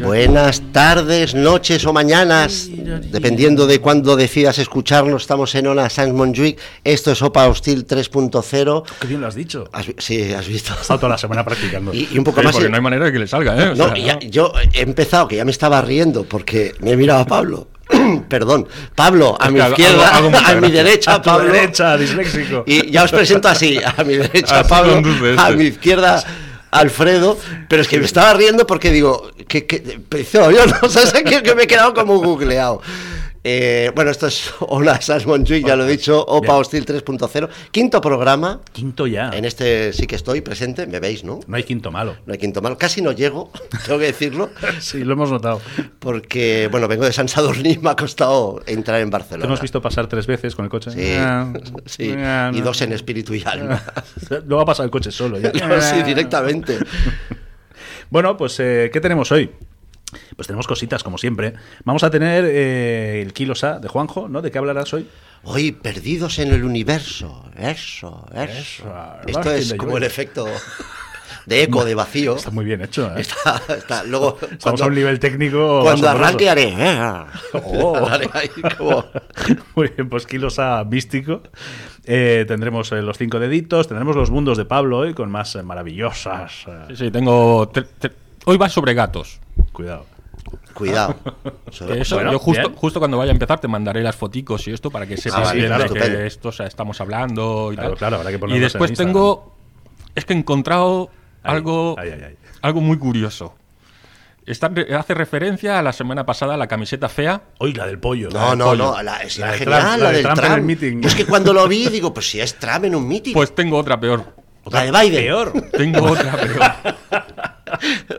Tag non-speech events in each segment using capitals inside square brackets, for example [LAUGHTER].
Buenas tardes, noches o mañanas, dependiendo de cuándo decidas escucharnos. Estamos en Ona Sans Montjuic. Esto es Opa Hostil 3.0. Qué bien lo has dicho. Has vi- sí, has [LAUGHS] visto. He estado toda la semana practicando. Y, y un poco Sí, más. porque no hay manera de que le salga, ¿eh? O No, sea, ya- yo he empezado, que ya me estaba riendo porque me he mirado a Pablo. [CLEARS THROAT] Perdón, Pablo, a Es mi que hago- izquierda, hago- hago [LAUGHS] mucha a mi gracia. derecha, a tu Pablo. derecha, disléxico. [LAUGHS] Y ya os presento así, a mi derecha Así Pablo, conduce este. a mi izquierda Alfredo, pero es que me estaba riendo porque digo, que, yo no sé, sé que, que me he quedado como googleado. Eh, bueno, esto es [LAUGHS] Hola Sans Montjuic, ya lo he dicho, Opa Bien. Ah. Hostil 3.0, quinto programa, Quinto ya. en este sí que estoy presente, me veis, ¿no? No hay quinto malo. No hay quinto mal, casi no llego, [LAUGHS] tengo que decirlo, Sí, lo hemos notado. porque, bueno, vengo de San Sadurní, me ha costado entrar en Te Barcelona. hemos visto pasar tres veces con el coche. Sí, Ah, [LAUGHS] sí, ah, y no. [LAUGHS] dos en espíritu y alma. Luego ha pasado el coche solo. ya. No, [LAUGHS] sí, directamente. Bueno, pues eh, ¿qué tenemos hoy? Pues tenemos cositas, como siempre. Vamos a tener eh, el Kilo Sa de Juanjo, ¿no? ¿De qué hablarás hoy? Hoy perdidos en el universo. Eso, eso. Eso, Esto Martin es de como el Llorente. efecto de eco, de vacío. [LAUGHS] Está muy bien hecho, ¿eh? Está, está- Luego, Estamos cuando, a un nivel técnico. cuando asombroso. arranque haré. ¿eh? Oh. [LAUGHS] Haré ahí como- [LAUGHS] Muy bien, pues Kilosa místico. Eh, tendremos eh, los cinco deditos, tendremos los mundos de Pablo hoy con más eh, maravillosas. eh, Sí, sí, tengo. tre- tre- Hoy va sobre gatos. cuidado. Cuidado. Que Sobre- eso, Bueno, yo justo, bien. justo cuando vaya a empezar te mandaré las foticos y esto para que sepas vale, bien de estupendo. que esto o sea, estamos hablando y Claro, tal. claro, habrá que y ponernos después en Instagram. tengo. Es que he encontrado Ahí, algo, ahí, ahí, ahí. algo muy curioso. Está- hace referencia a la semana pasada la camiseta fea. Hoy la del pollo. la No, del no, pollo. no. La, es la de genial, Trump, la de del Trump Trump. en el meeting. Yo es que [LAUGHS] cuando lo vi, digo, pues si es Trump en un meeting. Pues tengo otra peor. la de Biden. Peor. [LAUGHS] Tengo otra peor. [LAUGHS]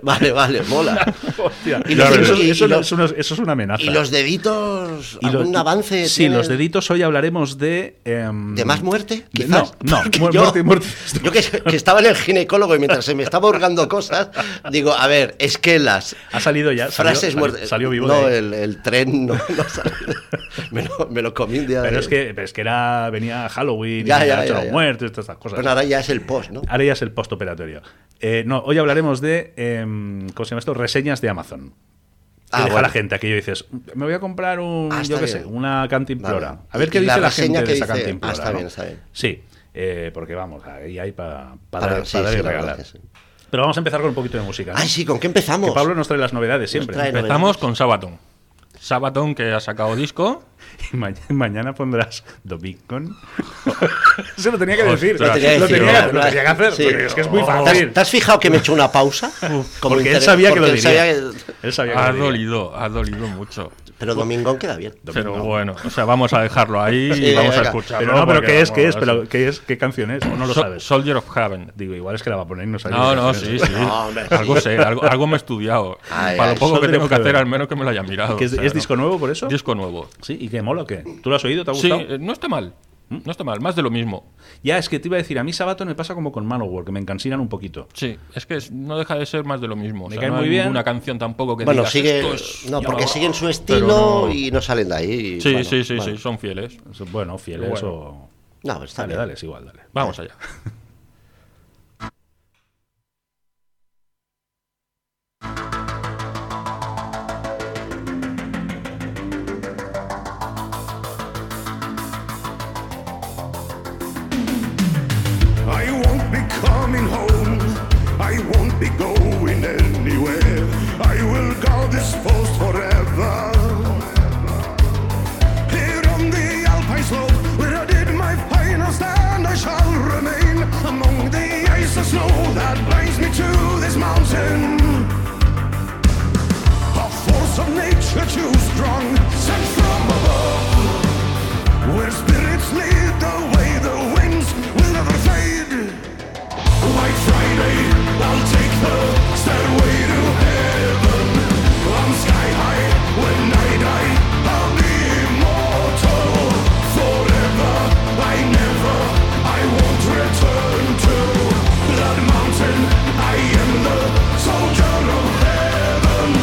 Vale, vale, [LAUGHS] mola. Hostia. Y los- Pero eso, y- eso y no- los- eso no es- eso es una amenaza. Y los deditos. Y los- ¿Algún avance? Sí, tienen? los deditos hoy hablaremos de. em, ¿De más muerte? de- Quizás. No, no. [LAUGHS] Porque mu- yo, muerte, muerte. yo que, que estaba en el ginecólogo y mientras se me estaba hurgando cosas, digo, a ver, esquelas. [LAUGHS] Ha salido ya. salió- frases salió- muertas. Salió vivo. de No, ahí. el, el tren no, no salió. [LAUGHS] me, lo, me lo comí un día. Pero de- es que, pero es que era, venía Halloween, Ya, ya, ya, ya, ya, los ya. muertos, todas estas cosas. Bueno, ahora pues ya es el post, ¿no? Ahora ya es el postoperatorio. Eh, no, hoy hablaremos de, em, ¿cómo se llama esto? Reseñas de Amazon. Que Ah, deja bueno. la gente aquello y dices, me voy a comprar un, Ah, está yo qué bien. sé, una cantimplora. Vale. A ver Y- qué y la dice la, reseña gente que de esa dice- ah, cantimplora. está ¿no? bien, está bien. Sí, eh, porque vamos, ahí hay pa- pa Para- dar- sí, para dar sí, y la verdad regalar. que sí. Pero vamos a empezar con un poquito de música. ¿no? Ay, sí, ¿con qué empezamos? que Pablo nos trae las novedades siempre. trae novedades. Empezamos con Sabaton. Sabaton que ha sacado disco. [LAUGHS] Y ma- mañana pondrás [LAUGHS] Domicon. Eso lo tenía que decir. Ostras, lo, sí, tenía, sí. lo tenía que hacer. Sí. porque es que es muy Oh. ¿Te has, fácil. te has fijado que me he hecho una pausa? Como porque él interés- sabía que porque lo él diría. sabía que- Él sabía que Ha lo diría. dolido, ha dolido mucho. Pero Domingón queda bien. Pero bueno, o sea, vamos a dejarlo ahí Sí, y vamos a venga. escucharlo. Pero no, pero porque, ¿qué es? ¿Qué es? vamos, Pero, ¿qué es? ¿Qué canción es? ¿O no lo So- sabes? Soldier of Heaven. Digo, igual es que la va a poner y no sabía No, qué no, canción sí, es. sí. No, hombre, sí. algo sé, algo, algo me [LAUGHS] he estudiado. Ay, Para ay, lo poco que Ah, Soldier tengo of que hacer, Heaven. al menos que me lo haya mirado. ¿Que es, o sea, es ¿no? disco nuevo por eso? Disco nuevo. Sí, ¿y qué mola o qué? ¿Tú lo has oído? ¿Te ha Sí, gustado? eh, no está mal. No está mal, más de lo mismo. Ya, es que te iba a decir, a mí Sabaton me pasa como con Manowar, que me encansinan un poquito. Sí, es que es- no deja de ser más de lo mismo. O sea, cae no muy hay bien. ninguna canción tampoco que Bueno, digas, sigue. "Esto es- No, porque no". siguen su Pero estilo no- y no salen de ahí. y Sí, bueno, sí, sí, bueno. sí, son fieles. Bueno, fieles Bueno. o... No, pues está Dale, bien. dale, es igual, dale. Vamos allá. I won't be coming home. I won't be going anywhere. I will guard this post forever. Here on the Alpine slope, where I did my final stand, I shall remain among the ice and snow that binds me to this mountain. A force of nature too strong, sent from above. Where spirits lead the way, the winds will never fade. White Friday, I'll take the stairway to heaven. I'm sky high when I die. I'll be immortal forever. I never, I won't return to Blood Mountain. I am the soldier of heaven.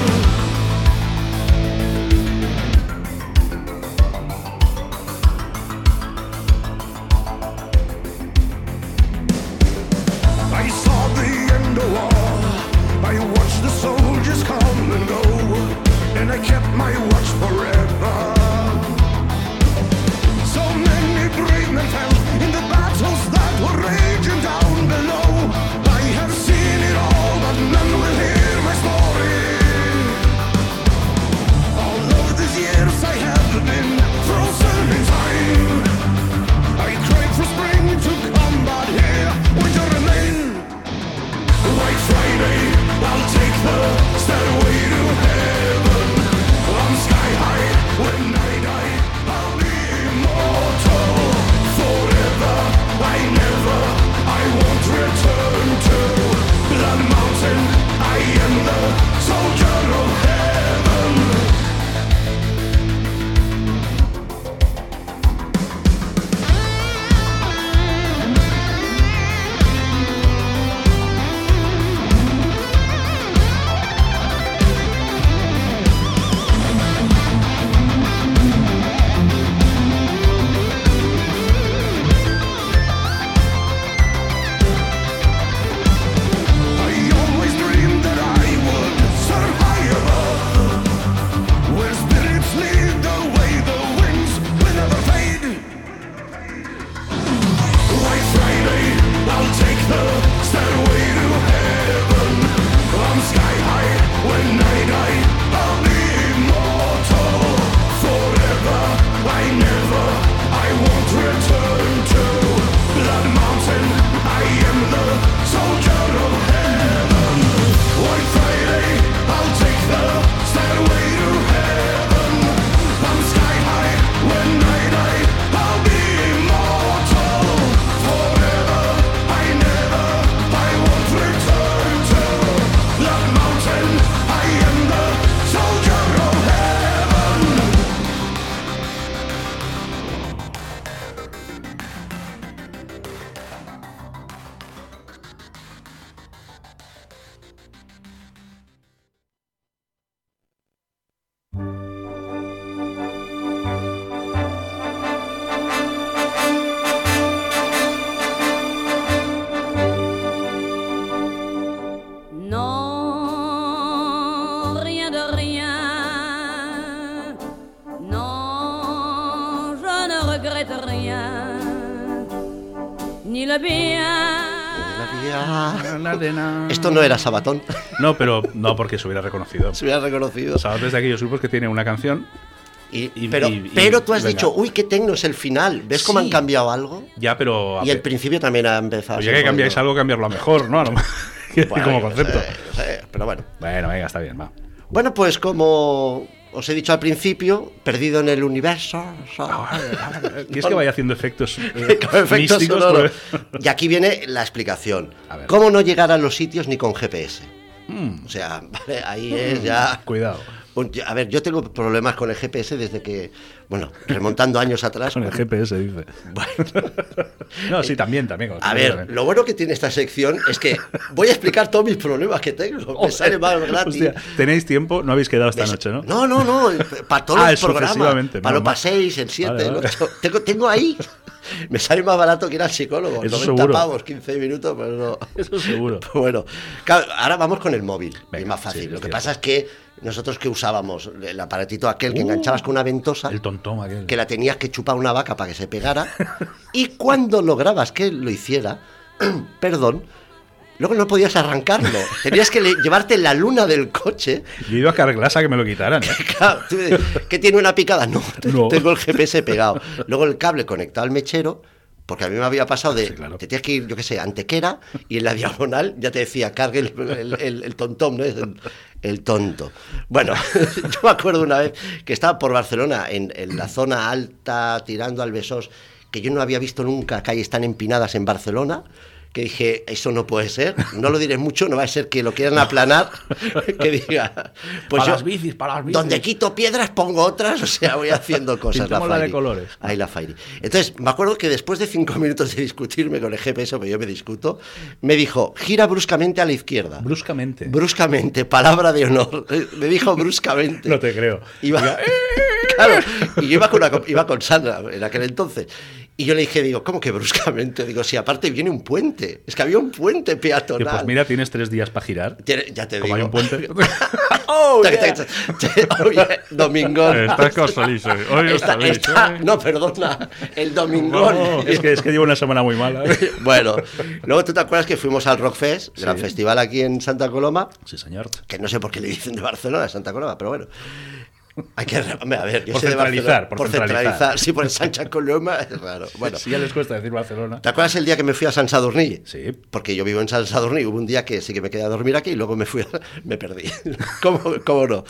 my watch forever. So many brave men fell in the battles that were raging down below. I have seen it all, but none will hear my story. All of these years I have been frozen in time. I cried for spring to come, but here winter remain. White Friday, I'll take the stairway to heaven. I'm sky high when I die. I'll be immortal forever. I never, I won't return to Blood Mountain. I am the soldier of heaven. I always dreamed that I would survive above Where spirits lead the way, the winds will never fade White Friday, I'll take the stairway to heaven I'm sky high when I die, I'll be immortal forever I never, I won't return to Blood Mountain I am the soldier of heaven One Friday I'll take the stairway to heaven I'm sky high when I die I'll be immortal forever I never, I won't return to Blood Mountain I am the soldier of heaven Non, rien de rien. Non, je ne regrette rien. Ni le bien. Había- Esto no era Sabatón, [LAUGHS] No, pero no porque se hubiera reconocido. se hubiera reconocido. O sea, es de aquellos grupos que tienen una canción. Y- y- pero, y- y- pero tú has venga. dicho, uy, qué tecno es el final. ¿Ves cómo han Sí. cambiado algo? Ya, pero. Y el principio también ha empezado. Oye, que cambiáis algo, [LAUGHS] cambiarlo a mejor, ¿no? A lo [LAUGHS] mejor. Quiero decir, como concepto. pero bueno. Bueno, venga, está bien, va. Bueno, pues como os he dicho al principio, perdido en el universo. so- Ah, ¿Quieres que vaya haciendo efectos, eh, [LAUGHS] Con [LAUGHS] efectos místicos? sonoros. Pues- Y aquí viene la explicación. A ver. Hmm. ¿Cómo no llegar a los sitios ni con GPS? O sea, [LAUGHS] vale, ahí es ya. [LAUGHS] Cuidado. Un- A ver, yo tengo problemas con el GPS desde que, bueno, remontando años atrás. Con el GPS, dice. [LAUGHS] no, sí, también, también. con el A GPS ver, también. lo bueno que tiene esta sección es que voy a explicar todos mis problemas que tengo. Me sale más gratis. Hostia, tenéis tiempo, no habéis quedado esta Me- noche, ¿no? No, no, no, para todos Ah, los programas. sucesivamente, Para los normal. paséis, el 7, Vale, el vale. 8. Tengo, tengo ahí. Me sale más barato que ir al psicólogo. Eso 90 seguro. pavos, 15 minutos, pero no. Eso seguro. [LAUGHS] Bueno, claro, ahora vamos con el móvil. Venga, es más sí, fácil. es Lo que cierto. pasa es que nosotros que usábamos el aparatito aquel que enganchabas con una ventosa. Uh. El tontón aquel. que la tenías que chupar una vaca para que se pegara. Y cuando lograbas que lo hiciera, [CLEARS THROAT] perdón, luego no podías arrancarlo. Tenías que le- llevarte la luna del coche. Yo he ido a Carglasa que me lo quitaran. ¿eh? Claro, tú dices, ¿Qué tiene una picada? No, te- [LAUGHS] No. tengo el GPS pegado. Luego el cable conectado al mechero. Porque a mí me había pasado de. Sí, claro. Te tienes que ir, yo qué sé, a antequera y en la diagonal ya te decía, cargue el, el, el- el tontón, ¿no? El, el tonto. Bueno, [LAUGHS] yo me acuerdo una vez que estaba por Barcelona, en, en la zona alta, tirando al Besós, que yo no había visto nunca calles tan empinadas en Barcelona. Que dije, eso no puede ser, no lo diré mucho, no va a ser que lo quieran aplanar, [LAUGHS] que diga. [LAUGHS] Pues Para yo- las bicis, para las bicis. Donde quito piedras pongo otras, o sea, voy [LAUGHS] haciendo cosas. Pintémosla de Fairy. colores. Ahí la Fairy. Entonces, me acuerdo que después de cinco [LAUGHS] minutos de discutirme con el GPS, porque yo me discuto, me dijo, gira bruscamente a la izquierda. Bruscamente. Bruscamente, palabra de honor. [LAUGHS] Me dijo bruscamente. No te creo. Iba- [LAUGHS] claro, y yo iba con, una co- iba con Sandra en aquel entonces. Y yo le dije, digo, ¿cómo que bruscamente? Digo, si aparte viene un puente. Es que había un puente Que, peatonal. pues mira, tienes tres días para girar. Tiene- ya te [LAUGHS] digo. Como hay un puente. Oh, Tac, yeah. tac, [LAUGHS] tac. Oye, Domingón. Estás con Solís hoy. Hoy os Esta- salís, esta- ¿eh? no, perdona, el Domingón. No, Es que, es que llevo una semana muy mala. ¿eh? Bueno, luego tú te acuerdas que fuimos al Rockfest, gran festival aquí en Santa Coloma, Sí, señor. que no sé por qué le dicen de Barcelona, Santa Coloma, pero bueno. Hay que. hombre, A ver, yo Por soy de centralizar, Barcelona, por por centralizar. centralizar. Sí, por el Santa Coloma, es raro. Bueno, Si ya les cuesta decir Barcelona. ¿te acuerdas el día que me fui a San Sadurní? Sí. Porque yo vivo en San Sadurní, hubo un día que sí que me quedé a dormir aquí y luego me fui, a- [LAUGHS] me perdí. ¿Cómo, cómo no?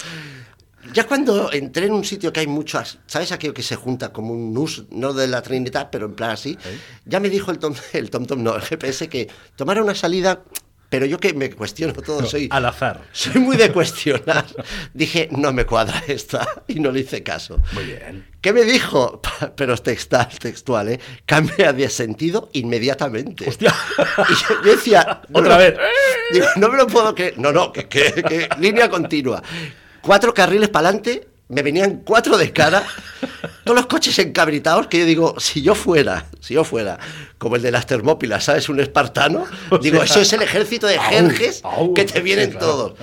Ya cuando entré en un sitio que hay mucho, as- ¿sabes aquello que se junta como un nus, no de la Trinidad, pero en plan así? Ya me dijo el tom, [LAUGHS] el tom, tom no, el GPS, que tomara una salida, pero yo que me cuestiono todo, soy... Al azar. Soy muy de cuestionar. [LAUGHS] Dije, no me cuadra esta. [LAUGHS] Y no le hice caso. Muy bien. ¿Qué me dijo? [LAUGHS] Pero es textual, textual, ¿eh? Cambia de sentido inmediatamente. Hostia. Y yo, yo decía... no [LAUGHS] Otra me- vez. Digo, no me lo puedo creer. No, no, que, que- que línea continua. Cuatro carriles para adelante, me venían cuatro de cara. Todos los coches encabritados que yo digo, si yo fuera, si yo fuera como el de las Termópilas, ¿sabes? Un espartano. O digo, sea, eso es el ejército de au, jerjes au. que te vienen Sí, claro. todos.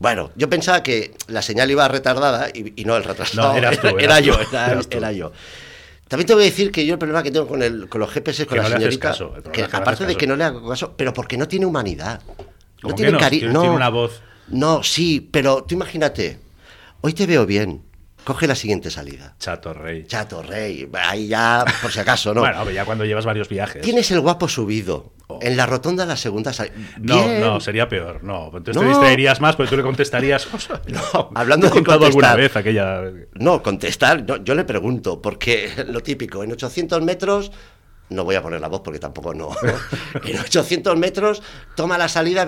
Bueno, yo pensaba que la señal iba retardada y, y no el retrasado. No, eras tú, era, eras era yo, tú, era, eras tú. era yo. También te voy a decir que yo el problema que tengo con, el, con los GPS es con Que la no le haces señorita, caso, el problema que es que no le aparte haces de caso. que no le hago caso, pero porque no tiene humanidad. ¿Cómo No que tiene no? cari- Tiene- no. tiene una voz. No, sí, pero tú imagínate, hoy te veo bien, coge la siguiente salida. Chato rey. Chato, rey, ahí ya, por si acaso, ¿no? Bueno, hombre, ya cuando llevas varios viajes. Tienes el guapo subido. Oh. En la rotonda la segunda salida. No, Bien. no, sería peor. No, entonces te No. distraerías más porque tú le contestarías. [LAUGHS] No, hablando Te he de contado alguna contestar. vez aquella. No, contestar, no, yo le pregunto, porque lo típico, en 800 metros, no voy a poner la voz porque tampoco [LAUGHS] no, en 800 metros toma la salida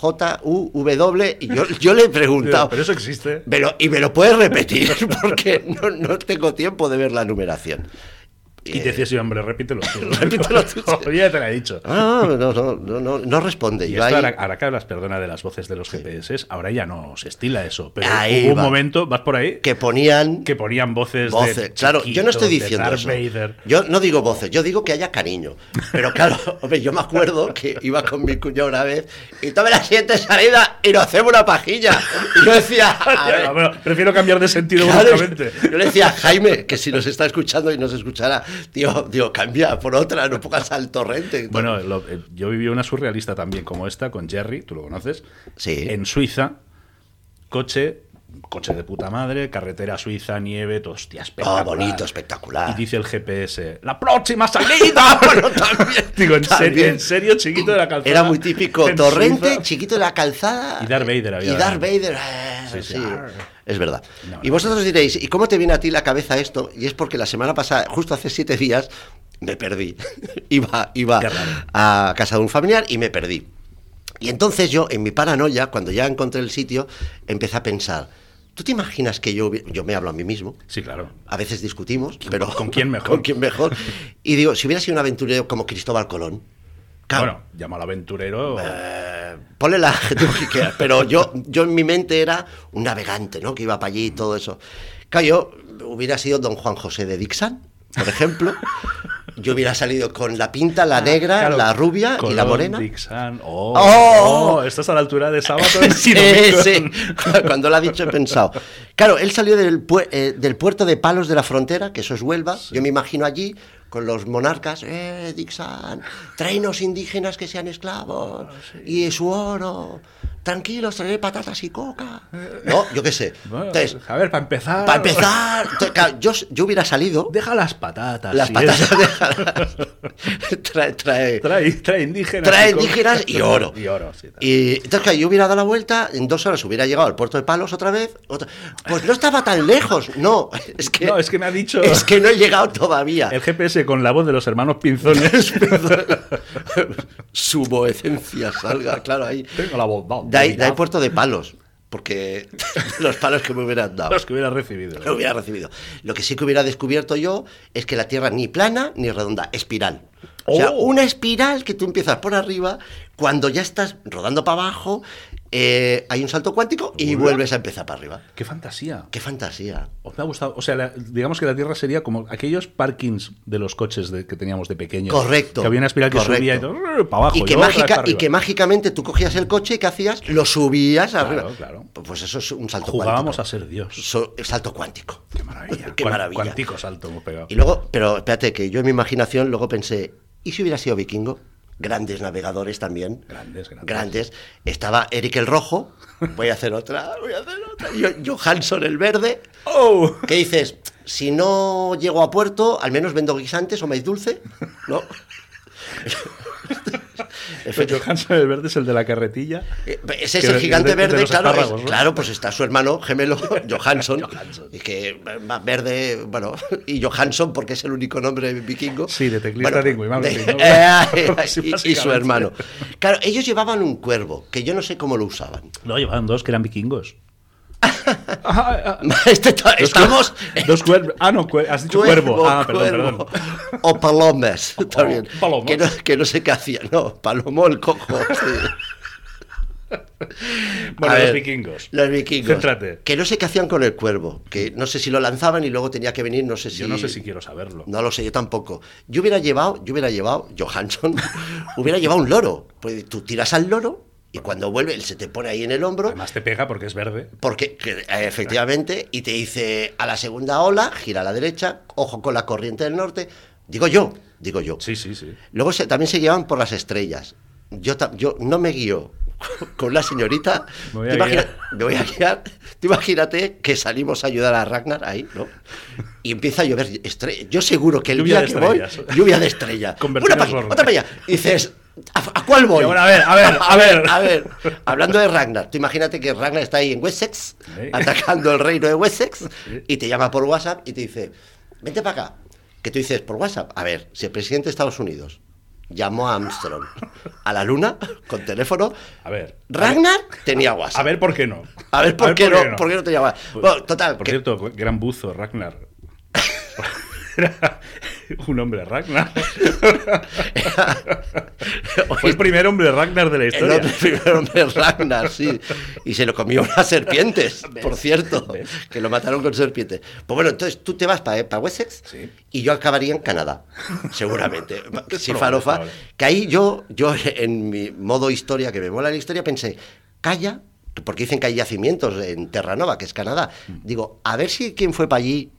2347AJUW y yo, yo le he preguntado, Pero eso existe. me lo- y me lo puedes repetir [LAUGHS] porque no, no tengo tiempo de ver la numeración. Y Eh, te decías, sí, hombre, repítelo tú. [LAUGHS] Repítelo tú, sí. [LAUGHS] Joder, ya te la he dicho. ah, no, no, no, no, no responde. Y yo esto ahí- ahora, ahora que hablas, perdona, de las voces de los GPS, ahora ya no se estila eso. Pero Ahí hubo un va. momento, vas por ahí, que, que ponían ponían voces, voces. de. claro, yo no estoy Chiquito, de diciendo Darth eso. Vader. Yo no digo voces, yo digo que haya cariño. Pero claro, [LAUGHS] hombre, yo me acuerdo que iba con mi cuñado una vez y tome la siguiente salida y nos hacemos una pajilla. Y yo [LAUGHS] decía, a ver, Ya, bueno, prefiero cambiar de sentido claro, bruscamente. yo le decía a Jaime que si nos está escuchando y nos escuchara, tío, tío, cambia por otra, no pongas al torrente. Bueno, lo- eh, yo viví una surrealista también como esta, con Jerry, tú lo conoces. Sí. En Suiza, coche, coche de puta madre, carretera suiza, nieve, todo, hostia, espectacular. Oh, bonito, espectacular. Y dice el GPS, ¡la próxima salida! Ah, [LAUGHS] bueno, también, [LAUGHS] Digo, en serio, también. en serio, chiquito de la calzada. Era muy típico. en Torrente, Suiza. chiquito de la calzada. Y Darth Vader había Y Darth también. Vader, eh, Sí, sí. sí. Arr. Es verdad. No, y no, vosotros diréis, ¿y cómo te viene a ti la cabeza esto? Y es porque la semana pasada, justo hace siete días, me perdí. [LAUGHS] iba iba Qué raro. a casa de un familiar y me perdí. Y entonces yo, en mi paranoia, cuando ya encontré el sitio, empecé a pensar, ¿tú te imaginas que yo, hubi- yo me hablo a mí mismo? Sí, claro. A veces discutimos, pero [LAUGHS] con quién mejor? con quién mejor. Y digo, si hubiera sido un aventurero como Cristóbal Colón, claro, Bueno, llama al aventurero. eh, ponle la [LAUGHS] adjetivo que quieras, pero yo, yo en mi mente era un navegante, ¿no? Que iba para allí y todo eso. Claro, yo hubiera sido don Juan José de Dixon, por ejemplo. Yo hubiera salido con la pinta, la negra, Ah, Claro, la rubia y la Colón, morena. Dixon, Oh, Oh. oh, estás a la altura de [LAUGHS] sábado. Sí, y domingo. Eh, sí. [LAUGHS] Cu- Cuando lo ha dicho he pensado. Claro, él salió del, pue- eh, del puerto de Palos de la Frontera, que eso es Huelva. Yo me imagino allí con los monarcas, eh, Dixon, treinos indígenas que sean esclavos y su oro. Tranquilos, traeré patatas y coca. No, yo qué sé. Bueno, pues, Entonces, a ver, para empezar. para empezar, entonces, claro, yo, yo hubiera salido. Deja las patatas. Las sí, patatas eso. déjalas. [LAUGHS] Trae, trae. [LAUGHS] Trae, trae indígenas. Trae y con- indígenas [LAUGHS] y oro. Y oro, sí. tal. Y entonces, claro, yo hubiera dado la vuelta, en dos horas hubiera llegado al puerto de Palos otra vez. otra- Pues no estaba tan lejos, no. [LAUGHS] Es que, No, es que me ha dicho- Es que no he llegado todavía. El GPS con la voz de los hermanos [LAUGHS] Pinzones. Su voecencia salga, claro, ahí. [LAUGHS] Tengo la voz. no, De ahí, de ahí mira, puerto de Palos, porque [LAUGHS] los palos que me hubieran dado. Los que hubiera recibido. Lo hubiera recibido. Lo que sí que hubiera descubierto yo es que la Tierra ni plana ni redonda, espiral. O sea, Oh. una espiral que tú empiezas por arriba, cuando ya estás rodando para abajo, eh, hay un salto cuántico y vuelves a empezar para arriba. ¡Qué fantasía! ¡Qué fantasía! Os me ha gustado. O sea, la- digamos que la Tierra sería como aquellos parkings de los coches de- que teníamos de pequeños. Correcto, Que había una espiral que correcto. subía y todo, para abajo. y, que luego otra vez mágica, para y que arriba. mágicamente tú cogías el coche y ¿qué hacías? Lo subías arriba. claro. Pues eso es un salto Jugábamos cuántico. a ser Dios. So- salto cuántico. ¡Qué maravilla! [LAUGHS] Qué Cuán- maravilla. Cuántico salto hemos pegado. Y luego, pero espérate, que yo en mi imaginación luego pensé, ¿y si hubiera sido vikingo? Grandes navegadores también. Grandes, grandes. Grandes. Estaba Eric el Rojo. Voy a hacer otra, voy a hacer otra. Yo- Johansson el Verde. ¡Oh! ¿Qué dices? Si no llego a puerto, al menos vendo guisantes o maíz dulce. ¿No? Pues Pero Pues Johansson el verde es el de la carretilla. Eh, Ese es Que el de- gigante de- de verde, los claro. es- espárragos, ¿no? Claro, pues está su hermano gemelo, [LAUGHS] Johansson. y que va verde, bueno, y Johansson porque es el único nombre vikingo. Sí, de teclista Ringo y Mago [LAUGHS] Ringo. Eh, Sí, y, y su básicamente. hermano. Claro, ellos llevaban un cuervo, que yo no sé cómo lo [LAUGHS] usaban. No, llevaban dos que eran [LAUGHS] vikingos. Ah, ah, Este ta- dos estamos... cuer- Dos cuervos. Ah, no, cuer- has dicho cuervo. Ah, perdón, cuervo. perdón. O [LAUGHS] palomas, también. palomas. Que, no, que no sé qué hacía, no, palomo el [LAUGHS] cojo. sí. Bueno, A los ver, vikingos. Los vikingos. Céntrate. Que no sé qué hacían con el cuervo. Que no sé si lo lanzaban y luego tenía que venir, no sé si. Yo no sé si quiero saberlo. No lo sé, yo tampoco. Yo hubiera llevado, yo hubiera llevado, Johansson, [LAUGHS] hubiera llevado un loro. Pues tú tiras al loro y cuando vuelve, él se te pone ahí en el hombro. Además te pega porque es verde. Porque, que, eh, efectivamente, y te dice a la segunda ola, gira a la derecha, ojo con la corriente del norte. Digo yo, digo yo. Sí, sí, sí. Luego se- también se llevan por las estrellas. Yo, ta- yo no me guío [LAUGHS] con la señorita. Me voy a Tú guiar. me voy a guiar. Tú imagínate que salimos a ayudar a Ragnar ahí, ¿no? Y empieza a llover estrellas. Yo seguro que el Lluvia día de que voy, estrellas. lluvia de [LAUGHS] estrellas. Una Convertido en para aquí, zorro. otra para allá. Y dices, ¿a, a cuál voy? Y ahora, a ver, [LAUGHS] a ver, a ver. A ver, hablando de Ragnar, tú imagínate que Ragnar está ahí en Wessex, Sí. atacando el reino de Wessex, y te llama por WhatsApp y te dice, vente para acá. Que tú dices, por WhatsApp, a ver, si el presidente de Estados Unidos llamó a Armstrong a la luna con teléfono, A ver. Ragnar tenía WhatsApp. A ver por qué no. A ver, ¿por, qué, no, por qué no tenía WhatsApp? Pues, Bueno, total, Por que- cierto, gran buzo, Ragnar. [LAUGHS] Era un [LAUGHS] hombre Ragnar. Fue el primer hombre Ragnar de la el [LAUGHS] historia. hombre, primer hombre Ragnar, sí. Y se lo comió unas [LAUGHS] serpientes, por cierto, que lo mataron con serpientes. Pues bueno, entonces tú te vas para Wessex Sí. y yo acabaría en Canadá, [LAUGHS] seguramente. Es si probable, farofa. probable. Que ahí yo, yo en mi modo historia, que me mola la historia, pensé, calla, porque dicen que hay yacimientos en Terranova, que es Canadá. Mm. Digo, a ver si quien fue para allí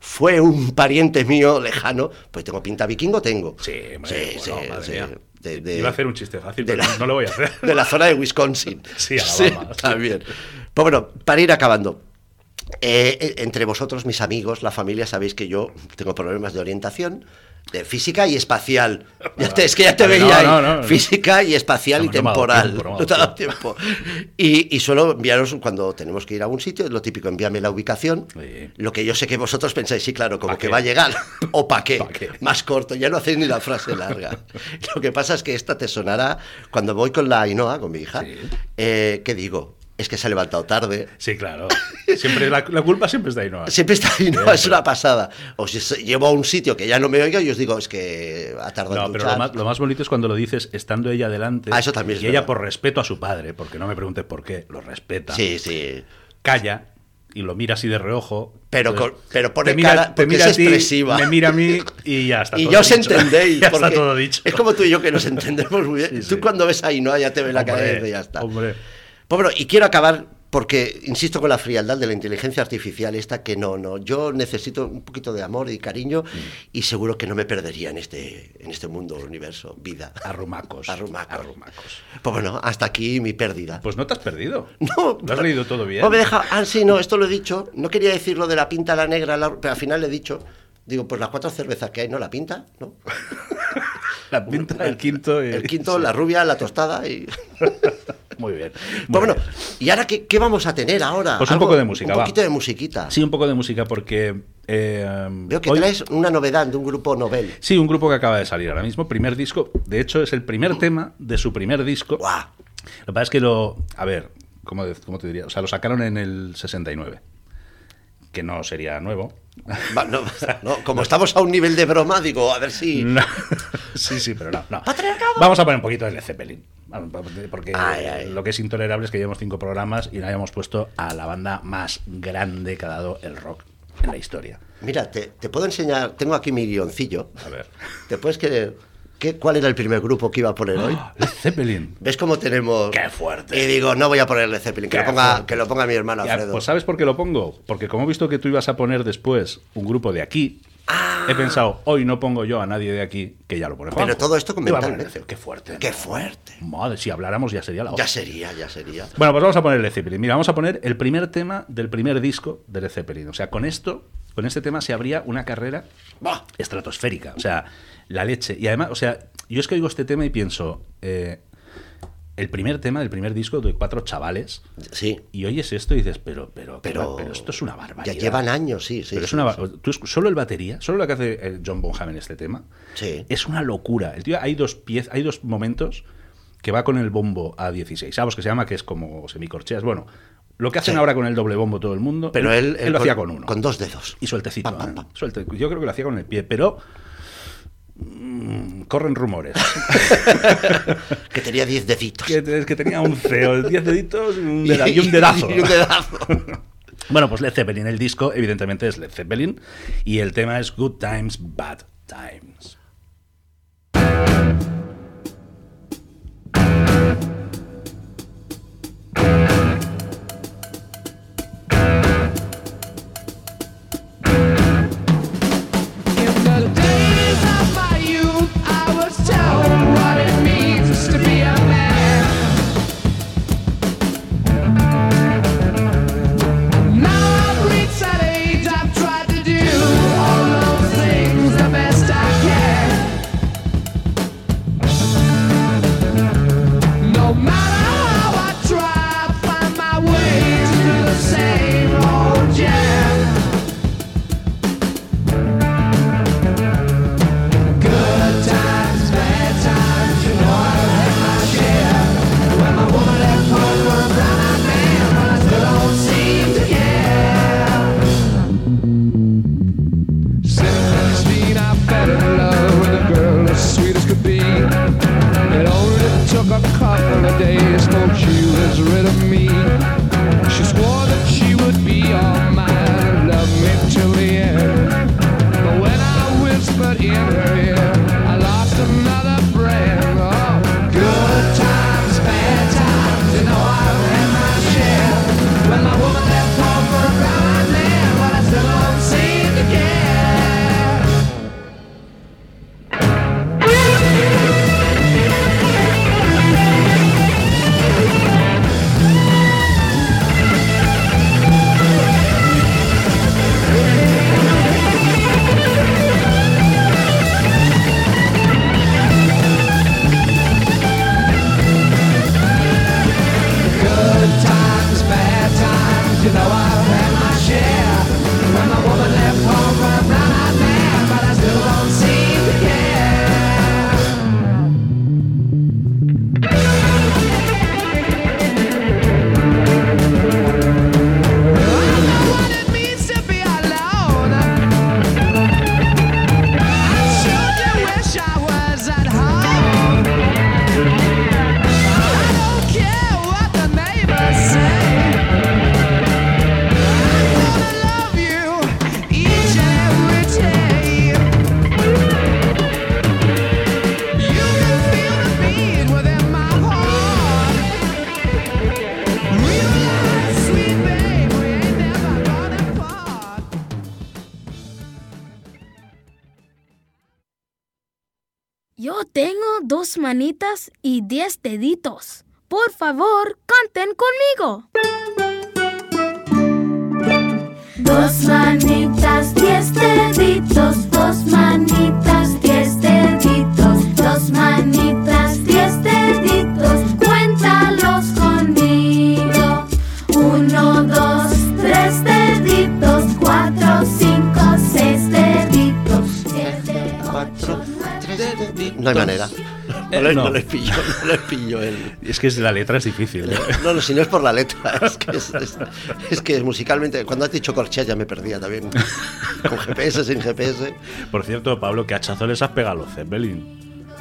fue un pariente mío lejano, pues tengo pinta vikingo, tengo. Sí, madre, bueno, madre mía. De- de- Iba a hacer un chiste fácil, de pero la- no lo voy a hacer. [LAUGHS] de la zona de Wisconsin. Sí, Alabama. también. Pues bueno, para ir acabando. eh, eh, entre vosotros, mis amigos, la familia, sabéis que yo tengo problemas de orientación, de física y espacial. [LAUGHS] Ya te- es que ya te Vale, no, veía ahí. no, no, no. física y espacial No, y no me ha dado temporal. tiempo, no me ha No te ha dado dado tiempo. Y, y suelo enviaros cuando tenemos que ir a algún sitio, es lo típico, envíame la ubicación. Sí. Lo que yo sé que vosotros pensáis, sí, claro, como ¿Pa que qué? va a [LAUGHS] llegar. O pa' qué. ¿Pa qué? Más corto, ya no hacéis ni la frase [LAUGHS] larga. Lo que pasa es que esta te sonará cuando voy con la Ainoa, con mi hija. Sí. eh, ¿Qué digo? Es que se ha levantado tarde. Sí, claro. Siempre, la, la culpa siempre es de Ainhoa. Siempre está Ainhoa, Siempre. es una pasada. O si se- llevo a un sitio que ya no me oiga y os digo, es que ha tardado No, en pero duchar. lo más, lo más bonito es cuando lo dices estando ella delante. Ah, eso también es Y ella, verdad. por respeto a su padre, porque no me preguntes por qué, lo respeta. Sí, sí. Calla y lo mira así de reojo. Pero con- pero pone te mira, cara- te porque mira es a ti, expresiva. Me mira [LAUGHS] a mí y ya está. y todo ya os dicho. [LAUGHS] entendéis. ya está porque todo dicho. Es como tú y yo que nos entendemos muy bien. Sí, Tú sí. cuando ves a Ainhoa ya te ve la Hombre, cabeza y ya está. Hombre. Pues bueno, y quiero acabar porque insisto con la frialdad de la inteligencia artificial esta que no, no, yo necesito un poquito de amor y cariño Mm. y seguro que no me perdería en este, en este mundo, universo, vida. Arrumacos. Arrumacos. Arrumacos. Pues bueno, hasta aquí mi pérdida. Pues no te has perdido. [LAUGHS] no, Lo has leído todo bien. No me deja, ah, sí, no, esto lo he dicho, no quería decir lo de la pinta, la negra, la- pero al final le he dicho, digo, pues las cuatro cervezas que hay, ¿no? La pinta, ¿no? La pinta, el quinto. y- El quinto, la rubia, la tostada y... [LAUGHS] Muy bien. Muy Pues bueno, bien. ¿y ahora qué, qué vamos a tener ahora? Pues un Algo- poco de música, Un va. poquito de musiquita. Sí, un poco de música porque. eh, Veo que hoy- traes una novedad de un grupo Nobel. Sí, un grupo que acaba de salir ahora mismo, primer disco. De hecho, es el primer tema de su primer disco. ¡Guau! Lo que pasa es que lo. A ver, ¿cómo, de- cómo te diría? O sea, lo sacaron en el 69. que no sería nuevo. Va, no, no, como estamos a un nivel de broma, digo, a ver si. No. [LAUGHS] Sí, sí, pero no. no. Vamos a poner un poquito de Led Zeppelin. Porque Ay, ay. lo que es intolerable es que llevamos cinco programas y no hayamos puesto a la banda más grande que ha dado el rock en la historia. Mira, te, te puedo enseñar. Tengo aquí mi guioncillo. A ver. ¿Te puedes creer qué, cuál era el primer grupo que iba a poner [GASPS] hoy? Led Zeppelin. ¿Ves cómo tenemos.? ¡Qué fuerte! Y digo, no voy a ponerle Zeppelin, que, ¡Qué lo ponga, fuerte! que lo ponga mi hermano Ya, Alfredo. pues ¿sabes por qué lo pongo? Porque como he visto que tú ibas a poner después un grupo de aquí, he pensado, hoy no pongo yo a nadie de aquí, que ya lo pone Ah. Pero Juanjo. todo esto Te iba a poner mentalmente. Led Zeppelin. Qué fuerte. ¡Qué ¿no? fuerte! Madre, si habláramos ya sería la hora. Ya sería, ya sería. Bueno, pues vamos a poner Led Zeppelin. Mira, vamos a poner el primer tema del primer disco de Led Zeppelin. O sea, con esto, con este tema se abría una carrera Buah. estratosférica. O sea, la leche. Y además, o sea, yo es que oigo este tema y pienso, eh, el primer tema del primer disco de cuatro chavales. Sí. Y oyes esto y dices, pero, pero, Pero, pero, esto es una barbaridad. Ya llevan años, sí, sí. Pero es sí, una, ba- sí. tú escu- solo el batería, solo lo que hace eh, John Bonham en este tema, Sí. es una locura. El tío, hay dos piez, hay dos momentos que va con el bombo a 16 sabes que se llama que es como semicorcheas. Bueno, lo que hacen Sí. ahora con el doble bombo todo el mundo, Pero él, él lo hacía con uno Con dos dedos. y sueltecito. Pam, pam, ¿eh? pam. Suelte- yo creo que lo hacía con el pie, pero mm, [LAUGHS] corren rumores Que tenía diez deditos. que, es que tenía un feo, 10 deditos [LAUGHS] y un, deda- y un dedazo. y un dedazo. Bueno, pues Led Zeppelin, el disco evidentemente es Led Zeppelin y el tema es Good Times, Bad Times. In the days of my youth, I was told what it means to be a man. Now I've reached that age, I've tried to do all those things the best I can. No matter how I try, I find my way to the same old jam. Good times, bad times, you know I've had my share. When my woman left home for a brown-eyed man, but I still don't seem to care. Since sixteen, I fell in love with a girl as sweet as could be. It only took a couple of days for she was rid of me. She swore that she would be all mine and love me till the end. But when I whispered in her ear, I lost another brand. Oh, good times, bad times, you know I've had my share. When my woman left home for a brown man, but I still don't seem to care. Good times, bad times, you know I've had my share. When my woman left home for a brown-eyed man, but I still don't seem to care. I know what it means to be alone. I sure do wish I was at home. I don't care what the neighbors say. I'm gonna love you each and every day. You can feel the beat within my heart. Realize, sweet babe, we ain't never gonna part. Yo tengo dos manitas y diez deditos. Por favor, canten conmigo. Dos manitas, diez deditos, dos manitas, diez deditos, dos manitas, diez deditos, cuéntalos conmigo. Uno, dos, tres deditos, cuatro, cinco, seis deditos, siete, ocho, Cuatro, nueve. tres deditos. No hay manera. No le, eh, no. no le pillo, no le pillo el... Es que es- la letra es difícil. [LAUGHS] ¿eh? No, no, si no es por la letra, [LAUGHS] es que, es, es- es que musicalmente, cuando has dicho corchea ya me perdía también, con GPS, sin GPS. Por cierto, Pablo, ¿qué hachazo les has pegado a los Zeppelin?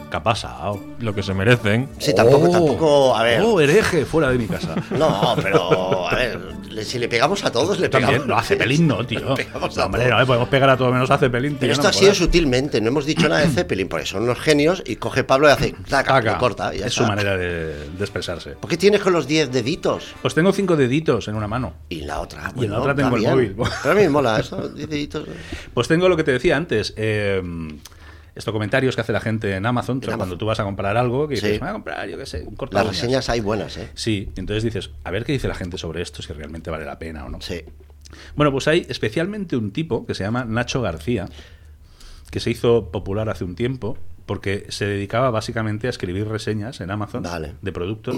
¿Qué ha pasado? Lo que se merecen. Sí, tampoco, Oh. tampoco, a ver, Oh, hereje, fuera de [LAUGHS] mi casa. no, pero, a ver, le- si le pegamos a todos, le pegamos. También, no, a Zeppelin no, [LAUGHS] tío. pegamos No, a hombre, todos. no le podemos pegar a todo menos a Zeppelin, tío. Pero esto no ha sido jodas. sutilmente, no hemos dicho nada de Zeppelin, porque son unos genios y coge Pablo y hace, taca, Taca. lo corta. y ya es su está. manera de, de expresarse. ¿Por qué tienes con los 10 deditos? Pues tengo cinco deditos en una mano. Y la otra. Y en la otra tengo el móvil. Pero a mí me mola eso, 10 [LAUGHS] deditos. Pues tengo lo que te decía antes. eh, estos comentarios que hace la gente en Amazon, o sea, cuando Amazon. tú vas a comprar algo, que dices, Sí. "Me voy a comprar, yo qué sé, un Las cortaúñas". reseñas hay buenas, ¿eh? Sí, entonces dices, a ver qué dice la gente sobre esto, si realmente vale la pena o no. Sí. Bueno, pues hay especialmente un tipo que se llama Nacho García, que se hizo popular hace un tiempo porque se dedicaba básicamente a escribir reseñas en Amazon Vale. de [CLEARS THROAT] productos,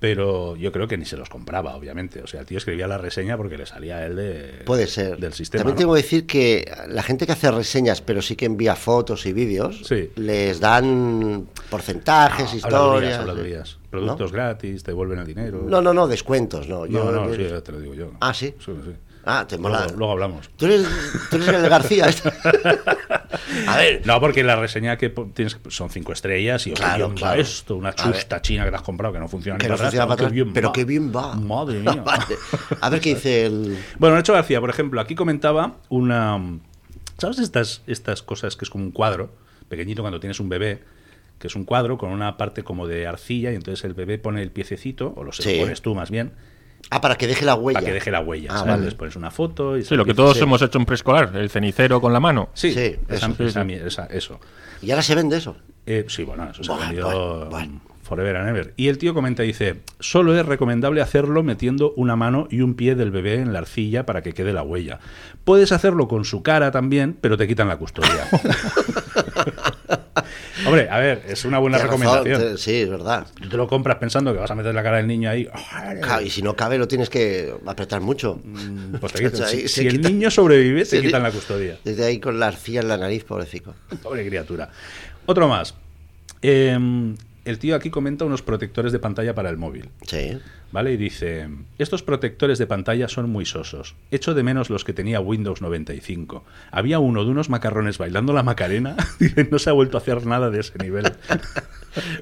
pero yo creo que ni se los compraba, obviamente. O sea, el tío escribía la reseña porque le salía a él de- Puede ser. del sistema. También ¿no? tengo que decir que la gente que hace reseñas, pero sí que envía fotos y vídeos, Sí. les dan porcentajes, Ah, historias. habladurías, habladurías. Productos gratis, te devuelven el dinero. ¿no? no, no, no, descuentos, no. Yo- No, no, sí, ya te lo digo yo. Ah, ¿sí? sí. Ah, te mola. Luego, luego hablamos. ¿Tú, eres, tú eres el de García. ¿eh? [LAUGHS] A ver, No, porque la reseña que po- tienes son cinco estrellas y oye, Claro, bien va claro. esto, una A chusta china que te has comprado que no funciona que ni no para atrás, funciona ¿no? para atrás, Qué bien pero qué bien va. [LAUGHS] Madre mía. Vale. A ver qué dice el. Bueno, Nacho García, por ejemplo, aquí comentaba una. ¿Sabes estas, estas cosas que es como un cuadro? Pequeñito cuando tienes un bebé, que es un cuadro con una parte como de arcilla y entonces el bebé pone el piececito, o lo sé, Sí. lo pones tú más bien, Ah, para que deje la huella. para que deje la huella. Ah, ¿sabes? vale. Les pones una foto y. Sí, lo que todos Sí. hemos hecho en preescolar, el cenicero con la mano. Sí, Sí, esa- eso. esa mie- esa- eso. Y ahora se vende eso. Eh, sí, bueno, eso se ha Buah, vendido buah, buah. mm, forever and ever. Y el tío comenta y dice, solo es recomendable hacerlo metiendo una mano y un pie del bebé en la arcilla para que quede la huella. Puedes hacerlo con su cara también, pero te quitan la [LAUGHS] custodia. Hombre, a ver, es una buena Tienes recomendación. razón, Sí, es verdad. Tú te lo compras pensando que vas a meter la cara del niño ahí. Claro, y si no cabe, lo tienes que apretar mucho. Pues te quitan. O sea, [LAUGHS] ahí Si, se si el quita- niño sobrevive, te Sí, quitan sí. la custodia. Desde ahí con la arcilla en la nariz, pobrecito. Pobre criatura. Otro más. Em, el tío aquí comenta unos protectores de pantalla para el móvil. Sí. ¿Vale? Y dice, estos protectores de pantalla son muy sosos. Echo de menos los que tenía Windows 95. Había uno de unos macarrones bailando la Macarena. [LAUGHS] Dice, no se ha vuelto a hacer nada de ese [LAUGHS] nivel.